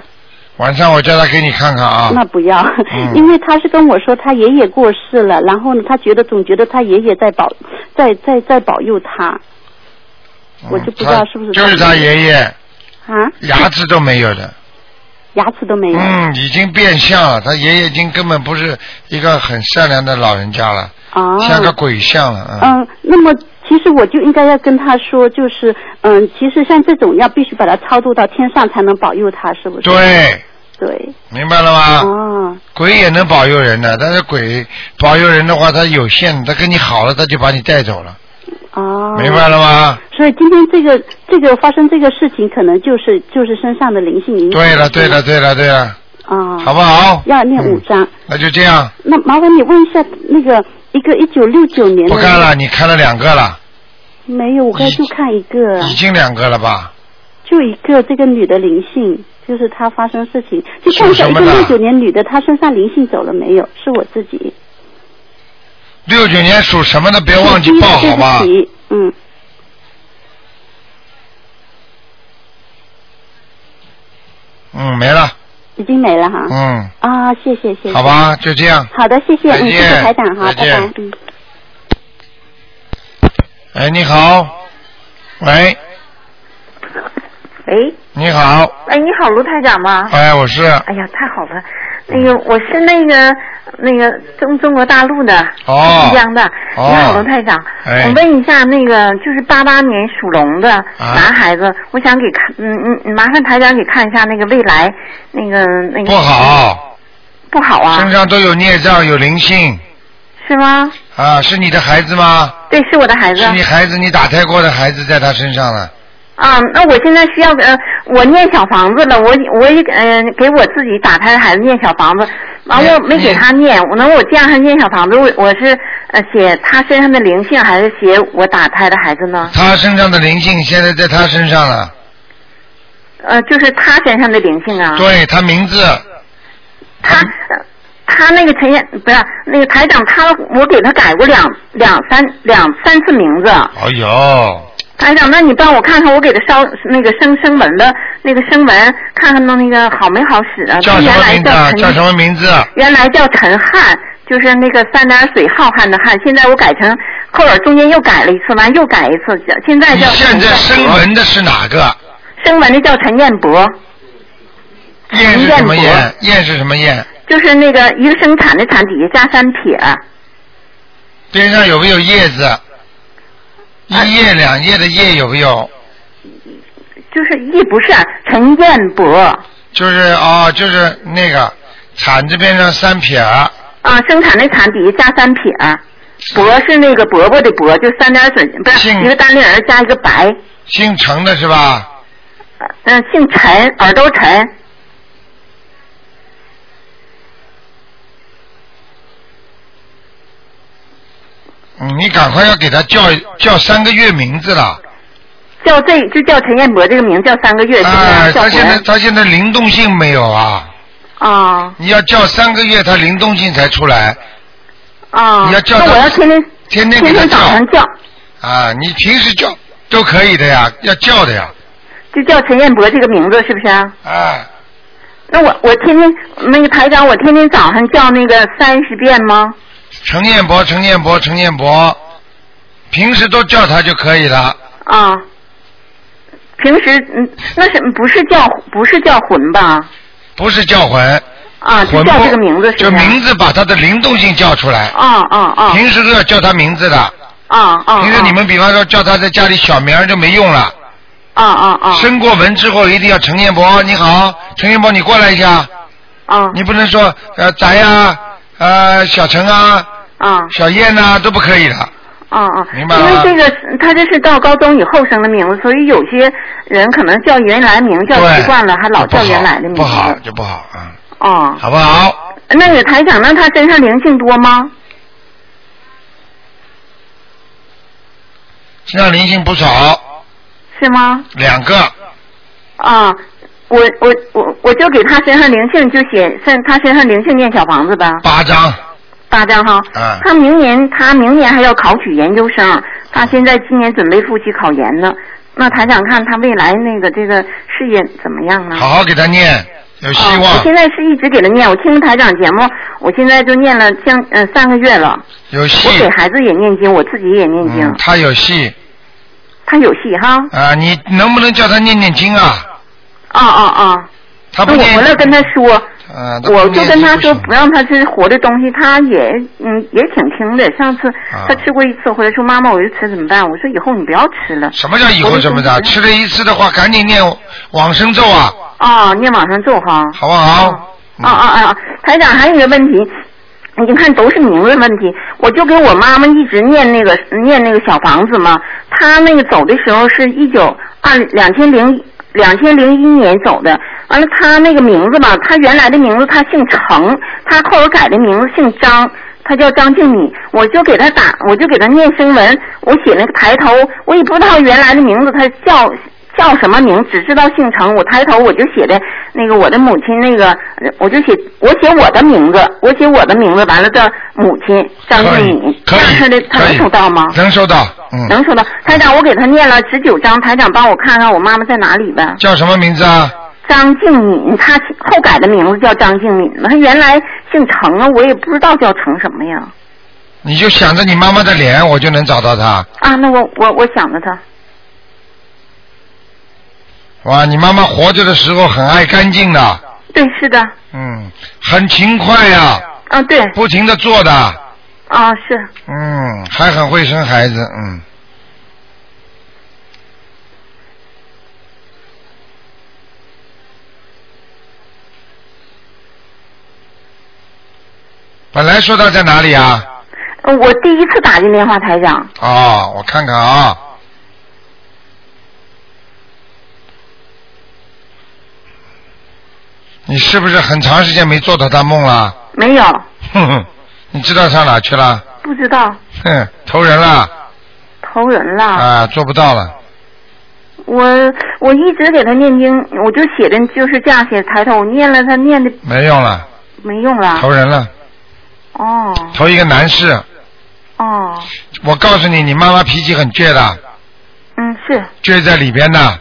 晚上我叫他给你看看啊。
那不要，
嗯
因为他是跟我说他爷爷过世了，然后呢，他觉得总觉得他爷爷在保在在在保佑他
嗯
我就不知道
他
是不是
就是
他
他
爷爷
爷爷，
啊，
牙齿都没有的。
牙齿都没有。
嗯，已经变相了，他爷爷已经根本不是一个很善良的老人家了，
哦，
像个鬼像了啊。
嗯，那么其实我就应该要跟他说，就是嗯，其实像这种要必须把他超度到天上才能保佑他，是不是？
对，啊
对。
明白了吗？
哦，
鬼也能保佑人的，但是鬼保佑人的话，他有限，他跟你好了，他就把你带走了，
哦。
明白了吗？
所以今天这个这个发生这个事情，可能就是就是身上的灵性影响。
对了，对了，对了，对了，
啊、
好不好？嗯
要念五张。
那就这样，
那麻烦你问一下，那个一个一九六九年的
不看了，你看了两个了，
没有，我刚才就看一个，
已经两个了吧？
就一个这个女的灵性，就是她发生事情，就看一下
属什
一个
么的
六九年女的，她身上灵性走了没有？是我自己，
六九年属什么的？别忘记
对
报
对
好吧
不？起，嗯，
嗯，没了，
已经没了哈。
嗯，
啊，谢谢谢谢。
好吧，就这样。
好的，谢谢，
再
嗯，
见
谢谢台长哈，
再
拜
见
拜，嗯。
哎，你好，喂，
喂，
你好，
哎，你好，卢台长吗？
哎，我是，
哎呀，太好了！那个我是那个那个中中国大陆的，
哦
新疆的。
哦
你好，卢台长，
哎
我问一下，那个就是八八年属龙的
啊
男孩子，我想给看，嗯嗯，麻烦台长给看一下那个未来，那个那个
不好，
不好啊，
身上都有孽障，有灵性
是吗？
啊，是你的孩子吗？
对，是我的孩子。
是你孩子，你打胎过的孩子在他身上了。
啊，那我现在需要呃，我念小房子了，我我也嗯、给我自己打胎的孩子念小房子，完我没给他念，我能我这样还念小房子，我我是呃写他身上的灵性，还是写我打胎的孩子呢？
他身上的灵性现在在他身上了，
呃，就是他身上的灵性啊。
对他名字，
他他那个陈彦不是那个台长，他我给他改过两两三两三次名字。
哎呦，
台长，那你帮我看看，我给他烧那个生生文的那个生文，看看弄那个好没好使啊？
叫
他
什
原
么
来
名字
叫
啊？
陈
叫什么名字？
原来叫陈汉，就是那个三点水浩瀚的瀚，现在我改成后边中间又改了一次，完又改一次，叫现在
你
叫
现在生文的是哪个？
生文的叫陈彦博，
燕是什么
燕
燕？燕是什么燕？
就是那个一个生产的产底下加三撇，
边上有没有叶子？
哎
一叶两叶的叶有没有？
就是一不是啊陈彦博
就是哦，就是那个铲子边上三撇儿，
啊，生产的产底下加三撇，博是那个伯伯的伯，就三点水不是一个单立人加一个白，
姓程的是吧？
嗯，姓陈，耳朵陈，
嗯，你赶快要给他叫叫三个月名字
嗯
了。
叫这就叫陈彦博这个名叫三个月，现
哎，
在叫
他现在
陈
他现在灵动性没有啊？
啊。
你要叫三个月，他灵动性才出来
啊，
你要叫
那
他
我要天天
天天给
天
他
天早上叫，
啊！你平时叫都可以的呀，要叫的呀。
就叫陈彦博这个名字是不是啊？
啊，
那我我天天那个台长，我天天早上叫那个三十遍吗？
陈彦博，陈彦博，陈彦博，平时都叫他就可以了。
啊，平时嗯，那是不是叫不是叫魂吧？
不是叫魂，
啊，就
魂
叫
魄
这个名字
就是
吧？
名字把他的灵动性叫出来。
啊啊啊！
平时都要叫他名字的。
啊啊！
平时你们比方说叫他在家里小名儿就没用了。
啊啊啊！
升过文之后一定要陈建博，你好，陈建博，你过来一下。
啊。
你不能说呃咱呀，呃小陈啊，
啊，
小燕呐、都不可以的。
啊啊，
明白了
因为这个他这是到高中以后生的名字，所以有些人可能叫原来名叫习惯了，还老叫原来的名字。
不好，就不好，嗯，
哦，
好不好？
那个台长，那他身上灵性多吗？
身上灵性不少，
是吗？
两个。
啊，我我我我就给他身上灵性就写身他身上灵性念小房子吧，
八张，
八张哈。
嗯，
他明年他明年还要考取研究生，他现在今年准备复习考研呢。那台长看他未来那个这个事业怎么样啊？
好好给他念，有希
啊我
望，
现在是一直给他念，我听台长节目，我现在就念了将呃三个月了。
有戏
我，给孩子也念经，我自己也念经。
嗯，他有戏
他有戏哈？
啊！你能不能叫他念念经啊？
啊啊啊！
他不
那
念
我回来跟他说，
啊，他不
我就
念
跟
经
他
不
说
行
不让他吃活的东西，他也嗯也挺听的。上次
啊
他吃过一次，回来说妈妈我就吃怎么办？我说以后你不要吃了。
什么叫以后什么
嗯
的？吃了一次的话，赶紧念往生咒啊，
啊，念往上咒哈。
好不好？
啊啊啊！啊台长还有一个问题，你看都是名字问题，我就给我妈妈一直念那个念那个小房子嘛。她那个走的时候是一九二两千零两千零一年走的，完了她那个名字吧，她原来的名字她姓程，她后来改的名字姓张。她叫张静敏，我就给她打，我就给她念声文，我写那个抬头，我也不知道原来的名字她叫叫什么名，只知道姓程。我抬头我就写的那个我的母亲那个，呃我就写我写我的名字，我写我的名字，完了叫母亲张静敏，这样他的他能收到吗？
能收到，嗯，
能收到。台长，我给他念了十九章，台长帮我看看我妈妈在哪里呗。
叫什么名字啊？
张静敏，她后改的名字叫张静敏嘛，她原来姓程啊，我也不知道叫程什么呀。
你就想着你妈妈的脸，我就能找到她。
啊，那我我我想着她。
哇，你妈妈活着的时候很爱干净的，
对，是的，
嗯，很勤快呀、
啊，对，
不停的做的，
啊是。
嗯，还很会生孩子，嗯。本来说他在哪里啊？
呃我第一次打进电话，台长。
哦，我看看啊。你是不是很长时间没做到他梦了？
没有，
哼哼，你知道上哪去了？
不知道
哼，投人了
投人了。
啊，做不到了。
我我一直给他念经，我就写的就是这样写抬头，我念了他念的
没用了，
没用了。
投人了，
哦
投一个男士。
哦，
我告诉你，你妈妈脾气很倔的，
嗯是，
倔在里边的，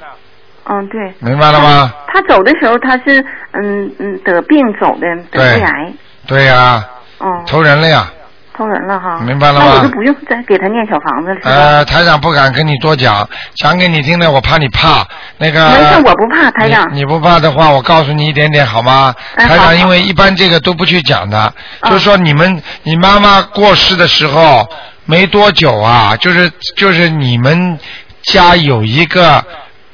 嗯对。
明白了吗？
他走的时候他是嗯嗯得病走的，得
对
胃癌，
对呀、
哦
投人了呀。
投人了哈。
明白了吗
哎那我就不用再给他念小房子了，是吧？
呃，台长不敢跟你多讲，讲给你听呢，我怕你怕。那个，
没事，我不怕，台长。
你你不怕的话，我告诉你一点点好吗？
哎
台
好嗯
长，因为一般这个都不去讲的，就是说你们你妈妈过世的时候没多久啊，就是就是你们家有一个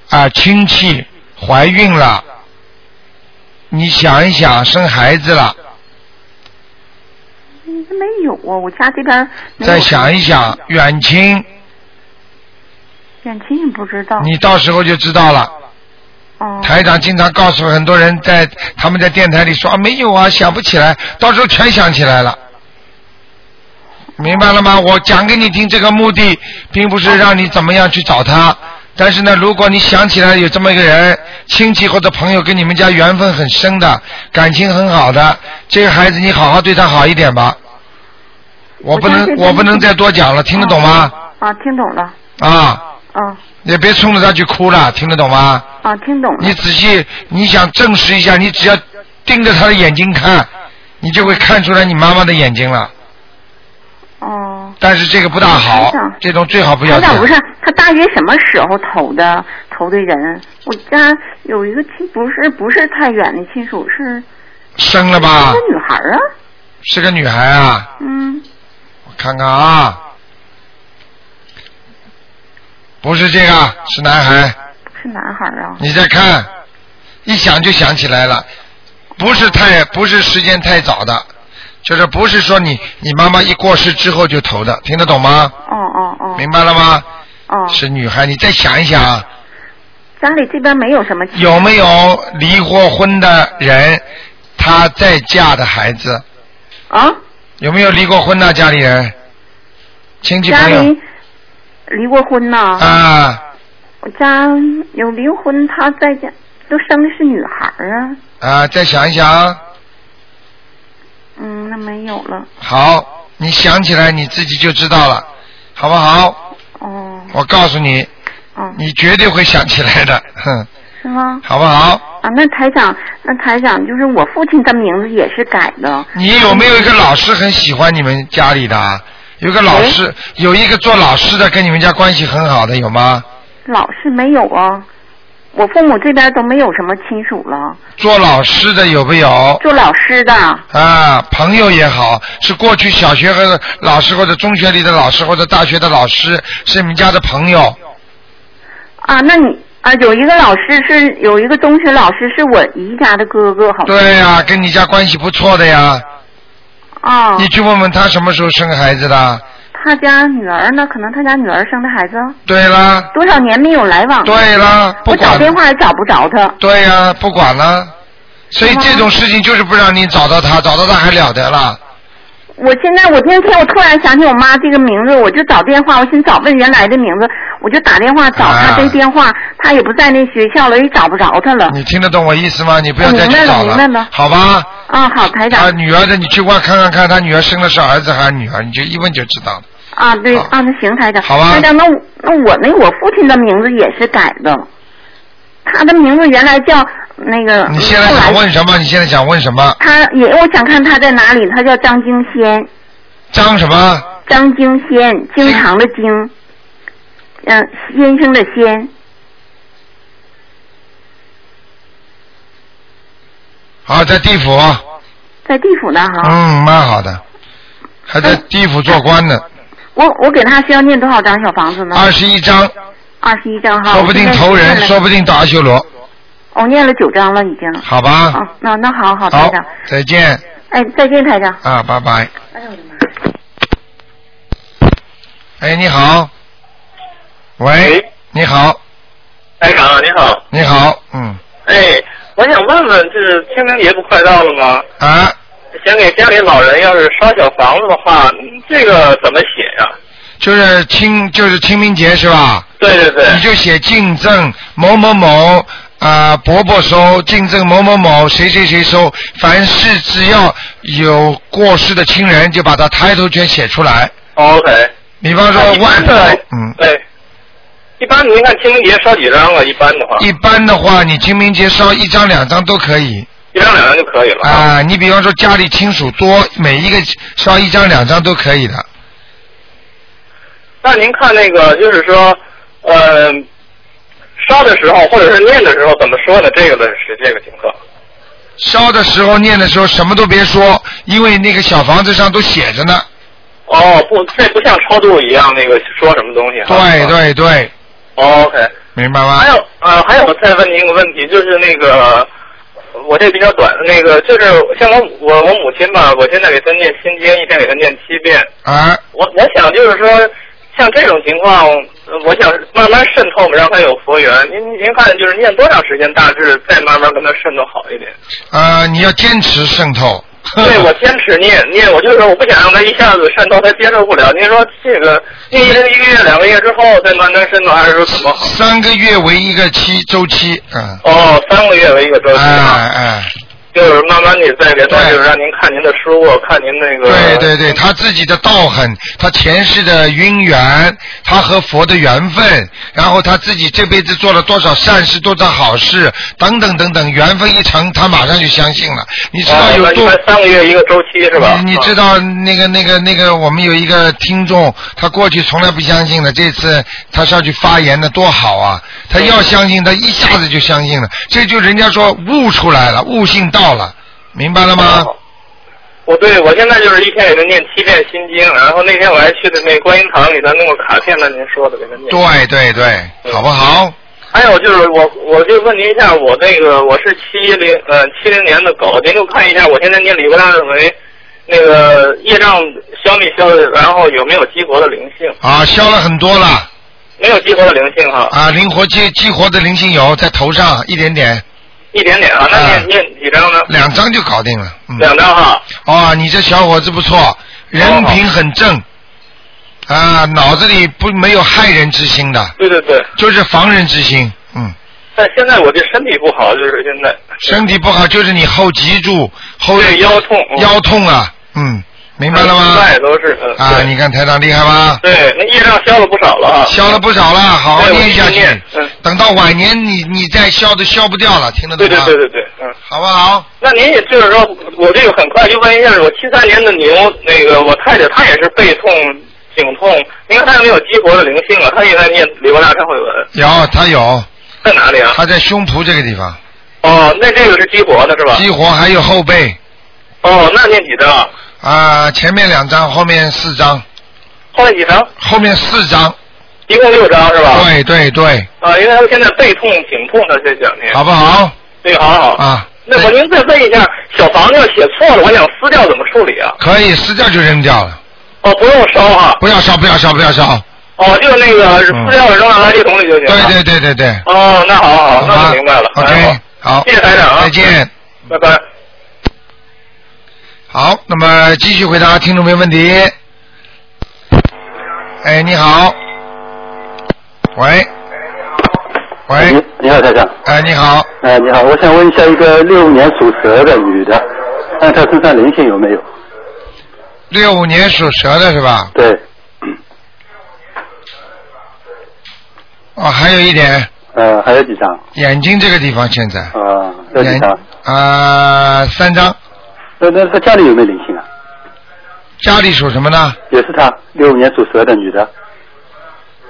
啊、亲戚怀孕了，你想一想生孩子了，
嗯没有啊，我家这边没有
再想一想远亲，
远亲也不知道。
你到时候就知道了。台长经常告诉很多人在，他们在电台里说啊没有啊，想不起来，到时候全想起来了。明白了吗？我讲给你听，这个目的并不是让你怎么样去找他，但是呢，如果你想起来有这么一个人，亲戚或者朋友跟你们家缘分很深的，感情很好的，这个孩子你好好对他好一点吧。我不能，我不能再多讲了，听得懂吗？
啊，听懂了，
啊，
啊
也别冲着他去哭了，听得懂吗？
啊，听懂了。
你仔细，你想证实一下，你只要盯着他的眼睛看，你就会看出来你妈妈的眼睛了。
哦。
但是这个不大好
台长，
这种最好不要
台长不
做
是。他大约什么时候投的投的人？我家有一个亲，不是不是太远的亲属，是
生了吧
是？个女孩儿啊，
是个女孩啊，
嗯，
我看看啊，不是这个，是男孩。
是男孩儿啊。
你再看，一想就想起来了，不是太不是时间太早的，就是不是说你你妈妈一过世之后就投的，听得懂吗？
哦哦哦。
明白了吗？
哦，
是女孩，你再想一想，
家里这边没有什么钱。
有没有离过婚的人，她再嫁的孩子？
啊？
有没有离过婚的家里人？亲戚
家
朋友
里离过婚呢？
啊？
我家有离婚，他在家都生的是女孩儿啊。
啊，再想一想，
嗯，那没有了。
好，你想起来你自己就知道了，好不好？
哦。
我告诉你，
嗯
你绝对会想起来的，哼，
是吗？
好不好？
啊，那台长，那台长就是我父亲的名字也是改的。
你有没有一个老师很喜欢你们家里的啊？有一个老师，有一个做老师的跟你们家关系很好的有吗？
老是没有啊？我父母这边都没有什么亲属了。
做老师的有没有？
做老师的
啊，朋友也好，是过去小学和老师或者中学里的老师或者大学的老师，是你们家的朋友。
啊，那你啊，有一个老师是有一个中学老师是我姨家的哥哥，好像。
对呀、跟你家关系不错的呀。
啊、
你去问问他什么时候生孩子的。
他家女儿呢？可能他家女儿生的孩子。
对啦，
多少年没有来往了。
对啦不
我
管
找电话也找不着他。
对呀、不管了。所以
是吗
这种事情就是不让你找到他，找到他还了得了。
我现在，我那天我突然想起我妈这个名字，我就找电话，我寻思找问原来的名字，我就打电话找
啊
她这电话，她也不在那学校了，也找不着她了。
你听得懂我意思吗？你不要再去找
我嗯明白了明白了
好吧？
啊，好，台长
啊，女儿的，你去问看看看，他女儿生的是儿子还是女儿，你就一问就知道了。
啊，对啊，那行，台长，
好吧
台长，那我那我那我父亲的名字也是改的，他的名字原来叫那个，
你现在
后来
想问什
嗯
么？你现在想问什么？
他也，我想看他在哪里，他叫张京仙，
张什么？
张京仙，经常的经，嗯、先生的先，
啊，在地府，
哦在地府呢哈。
嗯，蛮好的，还在
嗯
地府做官呢，
我我给他需要念多少张小房子呢？
二十一章，
二十一张
啊
哈。
说不定投人，说不定到阿修罗，
我哦念了九张了已经。
好吧？
啊，那那好好台
好
长，，
再见
哎，再见台长。
啊，拜拜。
哎呦我的妈！
哎，你好，喂，你好，
台哎长你好，
你好，嗯，
哎，我想问问，就是清明节不快到了吗？
啊，
想给家里老人要是烧小房子的话，嗯这个怎么写呀、
就是清就是清明节是吧？
对对对
你就写敬赠某某某啊、呃伯伯收，敬赠某某某谁谁谁收，凡是只要有过世的亲人，就把他抬头全写出来。
o k
哦比方说
啊一般
万
的，
嗯，
对，一般您看清明节烧几张啊？一般的话，
一般的话，你清明节烧一张两张都可以
一张两张就可以了。
啊、你比方说家里亲属多，每一个烧一张两张都可以的。
那您看那个，就是说，呃，烧的时候或者是念的时候怎么说呢？这个的是这个情况。
烧的时候念的时候什么都别说，因为那个小房子上都写着呢。
哦，不，这不像超度一样，那个说什么东西、啊？
对啊对对，
哦 OK，
明白吗
还？有呃，还有再问您一个问题，就是那个我这比较短，那个就是像我我我母亲吧，我现在给她念心经，一天给她念七遍。
啊，
我我想就是说，像这种情况，呃我想慢慢渗透，让她有佛缘。您您您看，就是念多长时间，大致再慢慢跟她渗透好一点。
呃，你要坚持渗透。
对，我坚持念念，我就是说我不想让她一下子渗透，她接受不了。您说这个念一个一个月、两个月之后再慢慢渗透，还是说怎么好？
三个月为一个期周期，嗯，
哦，三个月为一个周期
哎
啊。
哎，
就是慢慢你再给他，就是让您看您的书，我看您那个。
对对对，他自己的道行，他前世的因缘，他和佛的缘分，然后他自己这辈子做了多少善事，多少好事，等等等等，缘分一成，他马上就相信了。你知道
哦
有
那一
多
般三个月一个周期是吧？啊
你你知道那个那个那个，我们有一个听众，他过去从来不相信的，这次他上去发言的多好啊！他要相信，他一下子就相信了，这就人家说悟出来了，悟性到了，明白了吗？
哦
我对我现在就是一天也就念七遍心经，然后那天我还去的那观音堂给他弄个卡片呢，您说的给他念。
对对对，好不好？
还有就是我，我就问您一下，我那个我是七零呃七零年的狗，您给我看一下，我现在念李国大认为那个业障消没消，然后有没有激活的灵性？
啊，消了很多了
没有激活的灵性哈，
啊，灵活激激活的灵性有在头上一点点，
一点点啊，那念念几张呢？
两张就搞定了。嗯、
两张哈。
哦，你这小伙子不错，人品很正，
哦
啊，脑子里不没有害人之心的，
对对对，
就是防人之心。嗯，
但现在我这身体不好，就是现在
身体不好就是你后脊柱后
对腰痛嗯
腰痛啊，嗯，明白了吗？
外都是嗯
啊，你看台长厉害吧？
对，那业障消了不少了啊，
消了不少了，好好
对我
念下
一定
去
念嗯。
等到晚年你你再消都消不掉了，听得懂
对对
吗？
对对对，嗯，
好不好？
那您也就是说，我这个很快就问一下，我七三年的牛，那个我太太她也是背痛、颈痛，您看她有没有激活的灵性啊？她也在念李国大忏悔文，
有他有，
在哪里啊？
他在胸脯这个地方，
哦，那这个是激活的是吧？
激活还有后背
哦，那念几张啊？
啊，前面两张，后面四张，
后面几张？
后面四张，
一共六张是吧？
对对对，
啊，因为他们现在背痛、颈痛的这两年，
好不？好？
对，好哎好。
啊，
那我您再问一下，小房子写错了，我想撕掉怎么处理啊？
可以撕掉就扔掉了，
哦，不用烧啊，
不要烧，不要烧，不要烧。嗯
哦，就是那个撕掉了扔到垃圾桶里就行了。
对对对对对，
哦，那好好，好那
吧
我明白了。
OK，好，
谢谢台长啊
再见。
拜拜。
好，那么继续回答听众朋友问题。哎，你好。喂。喂。
你好，台长。
哎，你好。
哎，你好，我想问一下，一个六五年属蛇的女的，看她身上灵性有没有？
六五年属蛇的是吧？
对。
哦，还有一点，
呃，还有几张？
眼睛这个地方现在。
啊、有几
眼
张？
啊、三张。
那那她家里有没有灵性啊？
家里属什么呢？
也是她，六五年属蛇的女的，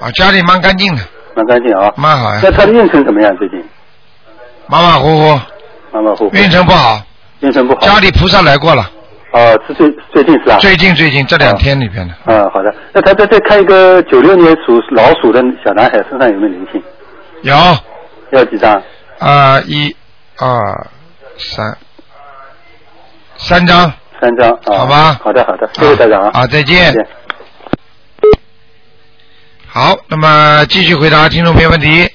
啊，家里蛮干净的，
蛮干净啊。
蛮好呀
那她的运程怎么样？最近
马马虎虎，
马马虎虎。
运程不好，
运程不好。
家里菩萨来过了。
哦，是最最近是吧？
最近最近这两天里边的，
嗯，好的。那她再再看一个九六年属老鼠的小男孩身上有没有灵性？
有啊、
要几张？
一、二、三，三张。
三张。啊、
好吧
好的，好的，谢谢台长啊。
好，再见。好，那么继续回答听众朋友问题。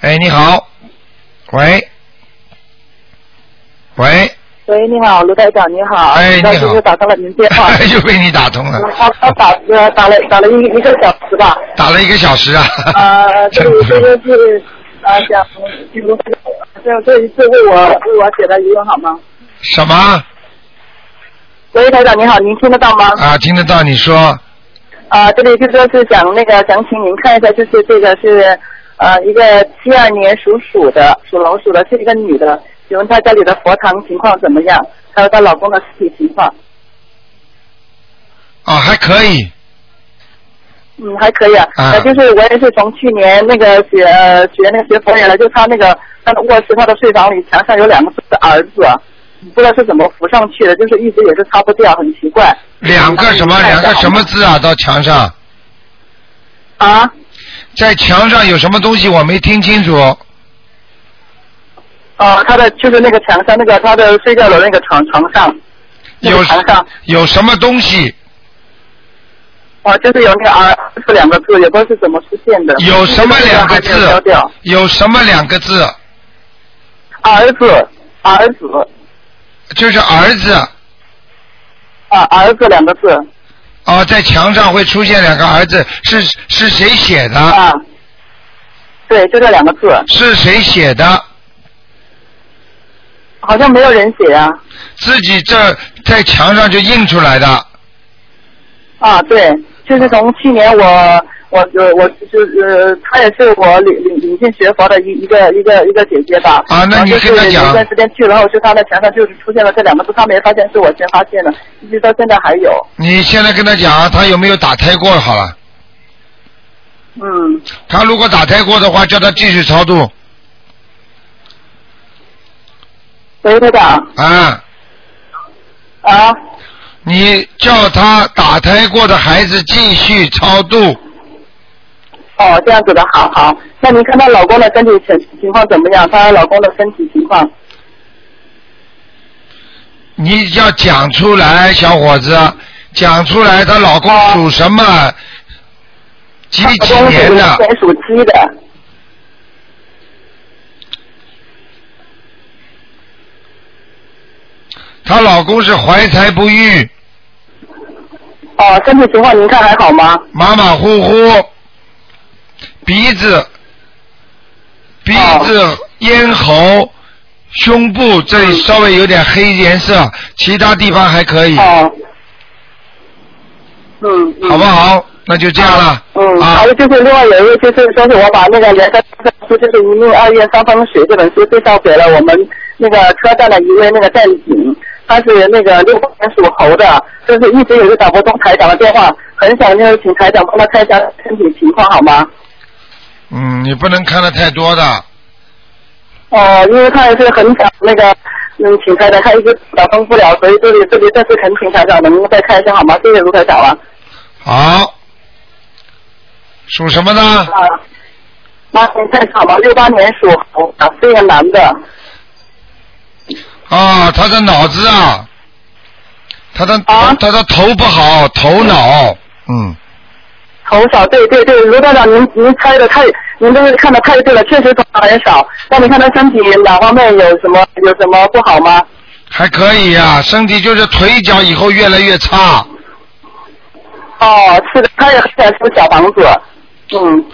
哎，你好，喂，喂，
喂，你好，卢台长，你好。
哎你好哎
又打通了您电话。
又被你打通了，
我我打呃打了打了一一个小时 吧。
打了一个小时啊。
呃，这里这个是呃想请卢台长，这这一次为我为我解答疑问好吗？
什么
喂，台长你好，您听得到吗？
啊？听得到你说
啊、这里就说是想那个想请您看一下，就是这个是呃一个七二年属鼠的属老鼠的是一个女的，请问她家里的佛堂情况怎么样？还有她老公的身体情况？
啊？还可以，
嗯，还可以啊。
啊
呃，就是我也是从去年那个学呃学那个学佛人了，就他那个他的卧室他的睡房里墙上有两个儿子，不知道是怎么扶上去的，就是一直也是擦不掉，很奇怪。
两个什么两个什么字啊？到墙上
啊？
在墙上有什么东西？我没听清楚。
呃，他的就是那个墙上那个他的睡觉的那个床床上，那个
有
床上
有什么东西？
啊、就是有那个儿是两个字，也不知道是怎么出现的。
有什么两个字
就是消掉？啊
有什么两个字？
儿子，啊儿子，
就是儿子
啊，儿子两个字。
哦，在墙上会出现两个儿子，是是谁写的？啊，
对，就这两个字。
是谁写的？
好像没有人写啊。
自己这在墙上就印出来的。
啊，对，就是从去年我我我我就是呃，她也是我领领领进学佛的一一个一个一个姐姐吧。
啊那你
然后
跟她
就是
讲
有一段时间去了，然后就她的墙上就是出现了这两个字，她没发现是我先发现的，一直到现在还有。
你现在跟他讲，啊他有没有打胎过？好了，
嗯，
他如果打胎过的话，叫他继续超度
喂，台长，
啊。
啊，
你叫他打胎过的孩子继续超度，
哦，这样子的，好好。那您看她老公的身体情情况怎么样？她老公的身体情况，
你要讲出来，小伙子，讲出来，她老公
啊
属什么？几几年的？
属属鸡的。
她老公是怀才不遇，
哦，身体情况您看还好吗？
马马虎虎，鼻子、鼻
哦
子、咽喉、胸部这
嗯
里稍微有点黑颜色，其他地方还可以。
哦。嗯，嗯
好不？好？那就这样了。
嗯，
啊
还有就是另外有一个就是说是我把那个原来的书就是《一命二运三风水》这本书介绍给了我们那个车站的一位那个站警，他是那个六八年属猴的，就是一直有一个打不通台长的电话，很想就是请台长帮他看一下身体情况好吗？
嗯，你不能看的太多的。
哦、因为他也是很想那个嗯，请台长，他一直打通不了，所以这里这里再次恳请台长能不能再看一下好吗？谢谢卢台长啊了。
好。属什么呢？
啊，麻烦台长吧，六八年属猴的，是一个男的。
啊，他的脑子啊，他的、
啊
他的头不好，头脑，嗯，
头少，对对对，卢站长，您您猜的太，您都是看的太对了，确实头发很少。那你看他身体哪方面有什么有什么不好吗？
还可以呀、身体就是腿脚以后越来越差，
哦，是的，他也很想住小房子，嗯。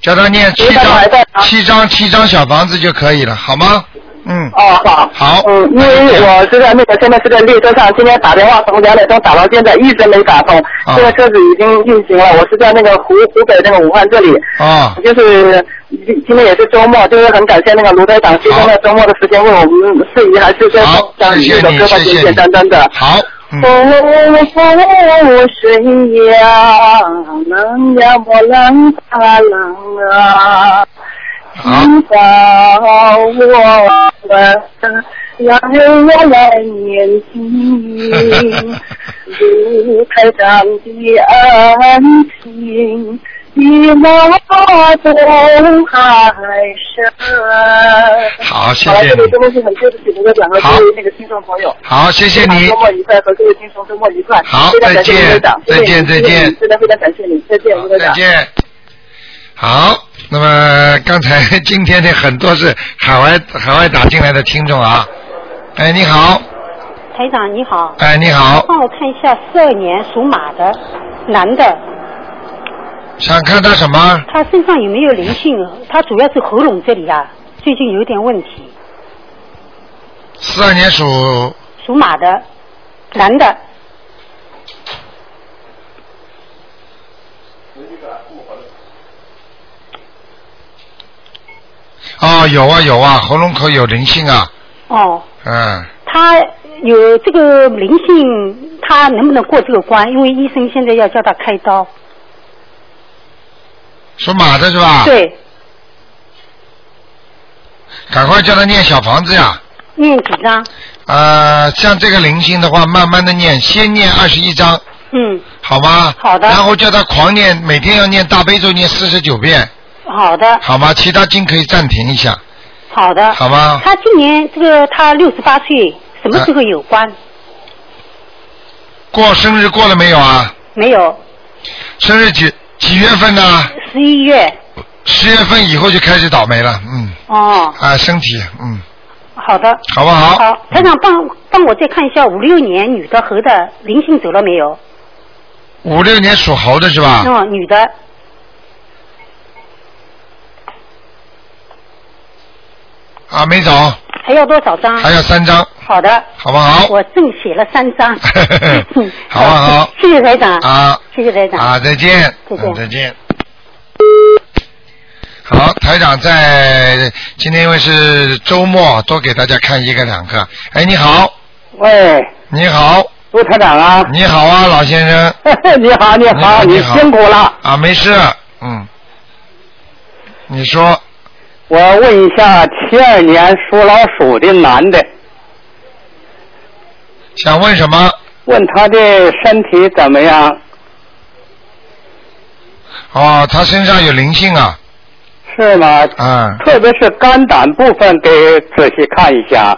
叫他念七张七张七张小房子就可以了，好吗？嗯，
哦，好，
好，
嗯，因为我是在那个现在是在列车上，今天打电话从两点钟打到现在一直没打通，
啊
这个车子已经运行了，我是在那个湖湖北那个武汉这里，
啊，
就是今天也是周末，就是很感谢那个卢队长牺牲了周末的时间为我们事宜，还是在讲
谢
一
谢
的
你
歌吧，
谢谢
简
你
简单单的。
好，嗯。
水呀，能呀我能啊能啊，寻找我们让我来念 经，如台长的恩情，你莫动海深。
好，谢
好了，
谢
这
你
里，真的是很对不起卢科长和各位那个听众朋友。
好，谢谢你
周，末愉快，和各位听众周末愉快。
好
非常感谢
再见
卢科长，
再见
谢谢你
再见
真的非常感谢你，再见，卢科长。
再见。好，那么刚才 今天的很多是海外海外打进来的听众啊，哎，你好，
台长你好。
哎你好
帮我看一下四二年属马的男的，
想看他什么？
他身上有没有灵性？他主要是喉咙这里啊，最近有点问题。
四二年属
属马的男的，
哦，有啊有啊，喉咙口有灵性啊，
哦，
嗯，
他有这个灵性，他能不能过这个关？因为医生现在要叫他开刀。
属马的是吧？，
对，
赶快叫他念小房子呀。
念几张？
呃，像这个灵性的话，慢慢的念，先念二十一章，
嗯，
好吗？
好的
然后叫他狂念，每天要念大悲咒，念四十九遍，
好的，
好吗？其他经可以暂停一下，
好的。
好吗？
他今年这个他六十八岁，什么时候有关？
过生日过了没有啊？
没有，
生日几几月份呢？
十一月。
十月份以后就开始倒霉了，嗯，
哦，
啊，身体，嗯，
好的。
好不好
好，台长帮帮我再看一下五六年女的猴的灵性走了没有？
五六年属猴的是吧？
哦
嗯，女的，
啊，没走，
还要多少张？
还有三张，
好的，
好不好？
我正写了三张。
好不好？
谢谢台长，
啊
谢谢台长。
啊，再见，
再见
嗯再见。好，台长在今天因为是周末，多给大家看一个两个。哎，你好，
喂，
你好，
卢台长啊！
你好啊，老先生。
你好，你好，
你
你
好啊
辛苦了。
啊，没事，嗯，你说
我问一下，七二年属老鼠的男的，
想问什么？
问他的身体怎么样？
哦，他身上有灵性啊，
是吗？
啊、
特别是肝胆部分，给仔细看一下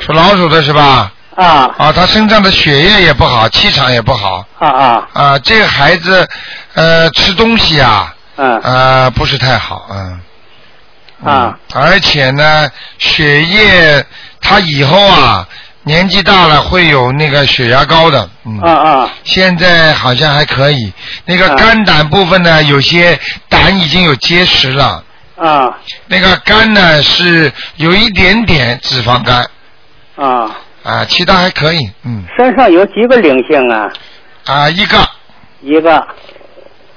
属老鼠的是吧？
啊
啊，他身上的血液也不好，气场也不好。
啊啊！
啊，这个孩子，呃，吃东西啊，
嗯，
呃，不是太好，嗯，
啊，
而且呢，血液他以后啊，年纪大了会有那个血压高的，嗯，
啊啊，
现在好像还可以，那个肝胆部分呢，有些胆已经有结石了，
啊
那个肝呢是有一点点脂肪肝，
啊！
啊，其他还可以，嗯，
身上有几个灵性啊？
啊，一个，
一个，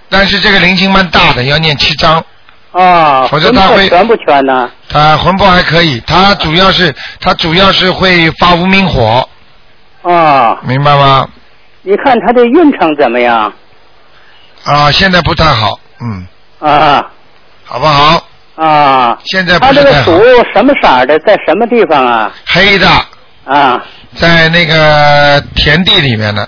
但是这个灵性蛮大的，要念七章。
啊，
否则他会
魂魄全不全呢？
他魂魄还可以，他主要是他主要是会发无名火，
啊，
明白吗？
你看他的运程怎么样？
啊，现在不太好，嗯，
啊，
好不好？
啊，
现在不
他
是
这个
太好
属什么色儿的，在什么地方啊？
黑的
啊，
在那个田地里面的，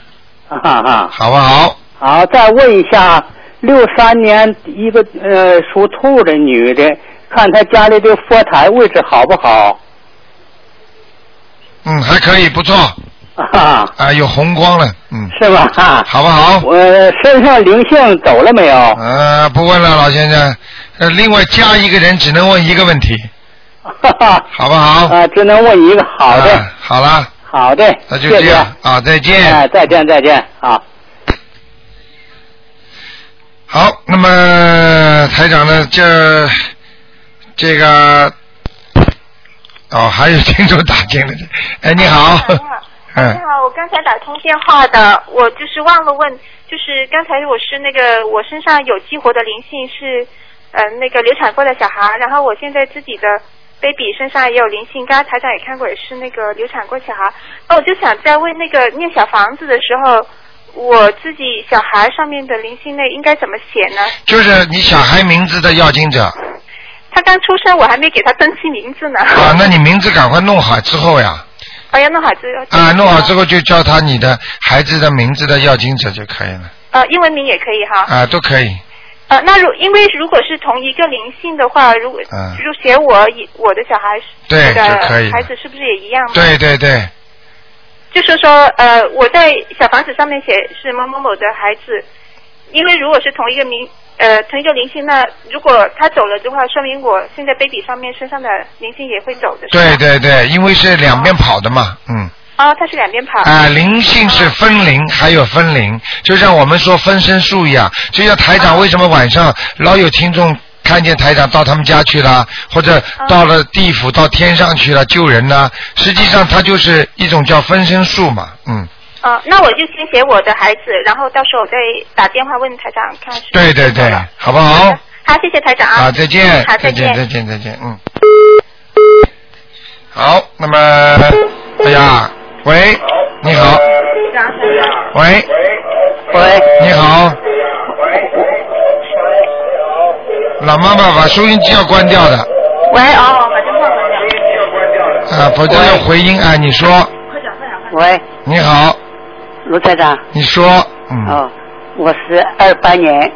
啊哈哈。
好不好？
好，再问一下，六三年一个呃属兔的女的，看她家里的佛台位置好不好？
嗯，还可以，不错，
啊，
啊，有红光了，嗯，
是吧？
好不好？
我身上灵性走了没有？
呃，不问了，老先生，呃，另外加一个人只能问一个问题，好不好？
啊，只能问一个。好的，
啊好了，
好的，
那就
谢
这
谢
样啊，再见。
哎，再见，再见，啊。
好，那么台长呢，这这个哦，还有听众打进来 的，哎，你好，
你
嗯，
好，我刚才打通电话的，我就是忘了问，就是刚才我是那个我身上有激活的灵性是，呃，那个流产过的小孩，然后我现在自己的 baby 身上也有灵性，刚才台长也看过，也是那个流产过小孩，那我就想在为那个念小房子的时候，我自己小孩上面的灵性那应该怎么写呢？
就是你小孩名字的要经者
他刚出生，我还没给他登记名字呢。
啊，那你名字赶快弄好之后呀，
哎呀，弄好这
啊，弄好之后就叫他你的孩子的名字的要经者就可以了，
呃，英文名也可以哈。
啊，都可以，
呃，那如因为如果是同一个灵性的话，如果
嗯
如写我以我的小孩是
对
我
就可以了
的孩子是不是也一样？
对。对对，
就是说，呃，我在小房子上面写是某某某的孩子，因为如果是同一个名呃同一个灵性，那如果他走了的话，说明我现在 baby 上面身上的灵性也会走的。是吧
对。对对，因为是两边跑的嘛，嗯。
哦，他是两边跑。
啊，灵性是分灵，还有分灵，就像我们说分身术一样。就像台长为什么晚上老有听众看见台长到他们家去了，或者到了地府、到天上去了救人呢？实际上它就是一种叫分身术嘛，嗯，
哦，那我就先写我的孩子，然后到时候我再打电话问台长看是。
对对对，好不好？
好，谢谢台长啊。
好，再见
嗯
再
好，，再
见，再见，再见，嗯。好，那么，哎呀，喂，你好，喂，
喂，
你好，老妈妈把收音机要关掉的，
喂哦，
啊，否则要回音啊。你说，
喂，
你好，
卢台长。
你说，嗯，
哦，我是二八年，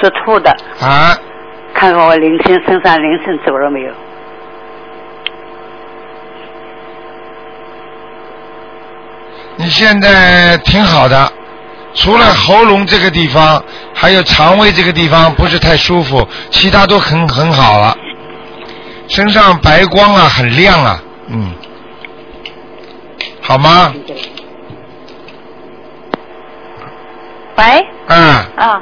属兔的，
啊，
看看我灵性身上灵性走了没有？
你现在挺好的，除了喉咙这个地方，还有肠胃这个地方不是太舒服，其他都很很好了。身上白光啊，很亮啊，嗯，好吗？
喂，
嗯
啊，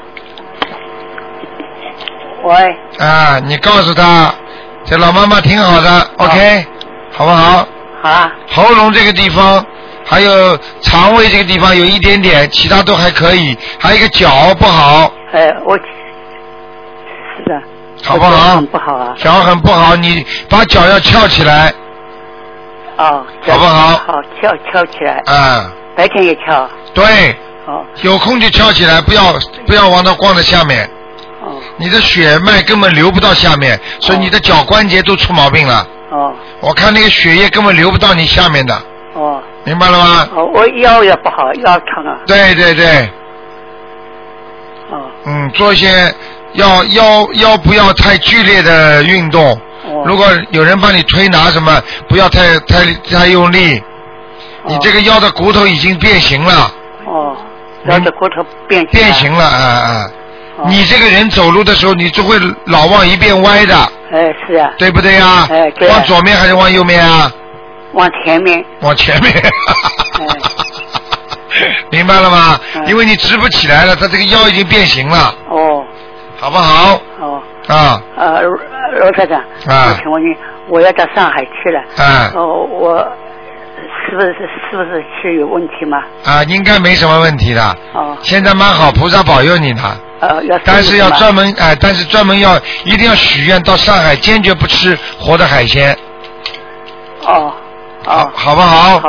喂，
啊，你告诉他，这老妈妈挺好的、o k 好不好？
好啊。
喉咙这个地方，还有肠胃这个地方有一点点，其他都还可以，还有一个脚不好，
呃，我是的，
好不好？
不好啊。
脚很不好，你把脚要翘起来，
哦，
好不好
好，翘翘起来，
啊、
白天也翘。
对，
哦
有空就翘起来，不要不要往它光的下面。你的血脉根本流不到下面，所以你的脚关节都出毛病了。
哦
我看那个血液根本流不到你下面的，
哦，
明白了吗？
哦，我腰也不好，腰疼啊。
对对对。
哦
嗯，做一些要腰腰不要太剧烈的运动。
哦
如果有人帮你推拿什么，不要太太太用力。你这个腰的骨头已经变形了。
哦，腰的骨头变形。哦
变形了，啊啊！你这个人走路的时候，你就会老往一边歪的，
哎，是啊。
对不对呀？
哎，对。
往左面还是往右面啊？
往前面。
往前面。
嗯
明白了吗？因为你直不起来了，他这个腰已经变形了，
哦
好不好？
哦，
啊，
呃，罗罗台长，
啊
我请问你，我要到上海去了，
啊
哦，我是不是是不是去有问题吗？
啊，应该没什么问题的。
哦，
现在蛮好，菩萨保佑你呢。
呃，要
但是要
注意吗
专门哎、但是专门要一定要许愿到上海，坚决不吃活的海鲜，
哦
好好不好？
好，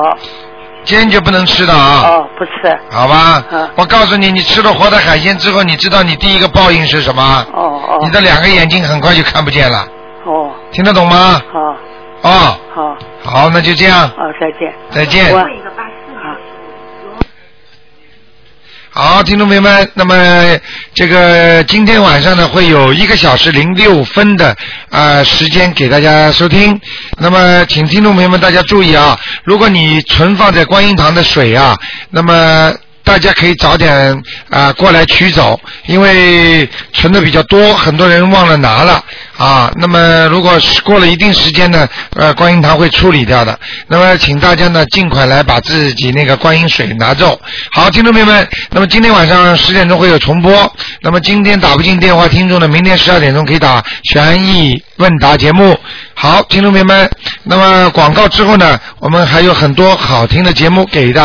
坚决不能吃的啊，
哦，不吃，
好吧？
啊
嗯
我告诉你，你吃了活的海鲜之后，你知道你第一个报应是什么？
哦哦，
你的两个眼睛很快就看不见了，
哦，
听得懂吗？
好，
哦，
好，
好，那就这样，
哦，再见，
再见
我啊
好，听众朋友们，那么这个今天晚上呢，会有一个小时零六分的啊、呃时间给大家收听。那么，请听众朋友们大家注意啊，如果你存放在观音堂的水啊，那么大家可以早点啊、过来取走，因为存的比较多，很多人忘了拿了啊。那么如果是过了一定时间呢，呃，观音堂会处理掉的。那么请大家呢尽快来把自己那个观音水拿走。好，听众朋友们，那么今天晚上十点钟会有重播。那么今天打不进电话听众呢，明天十二点钟可以打悬疑问答节目。好，听众朋友们，那么广告之后呢，我们还有很多好听的节目给大家。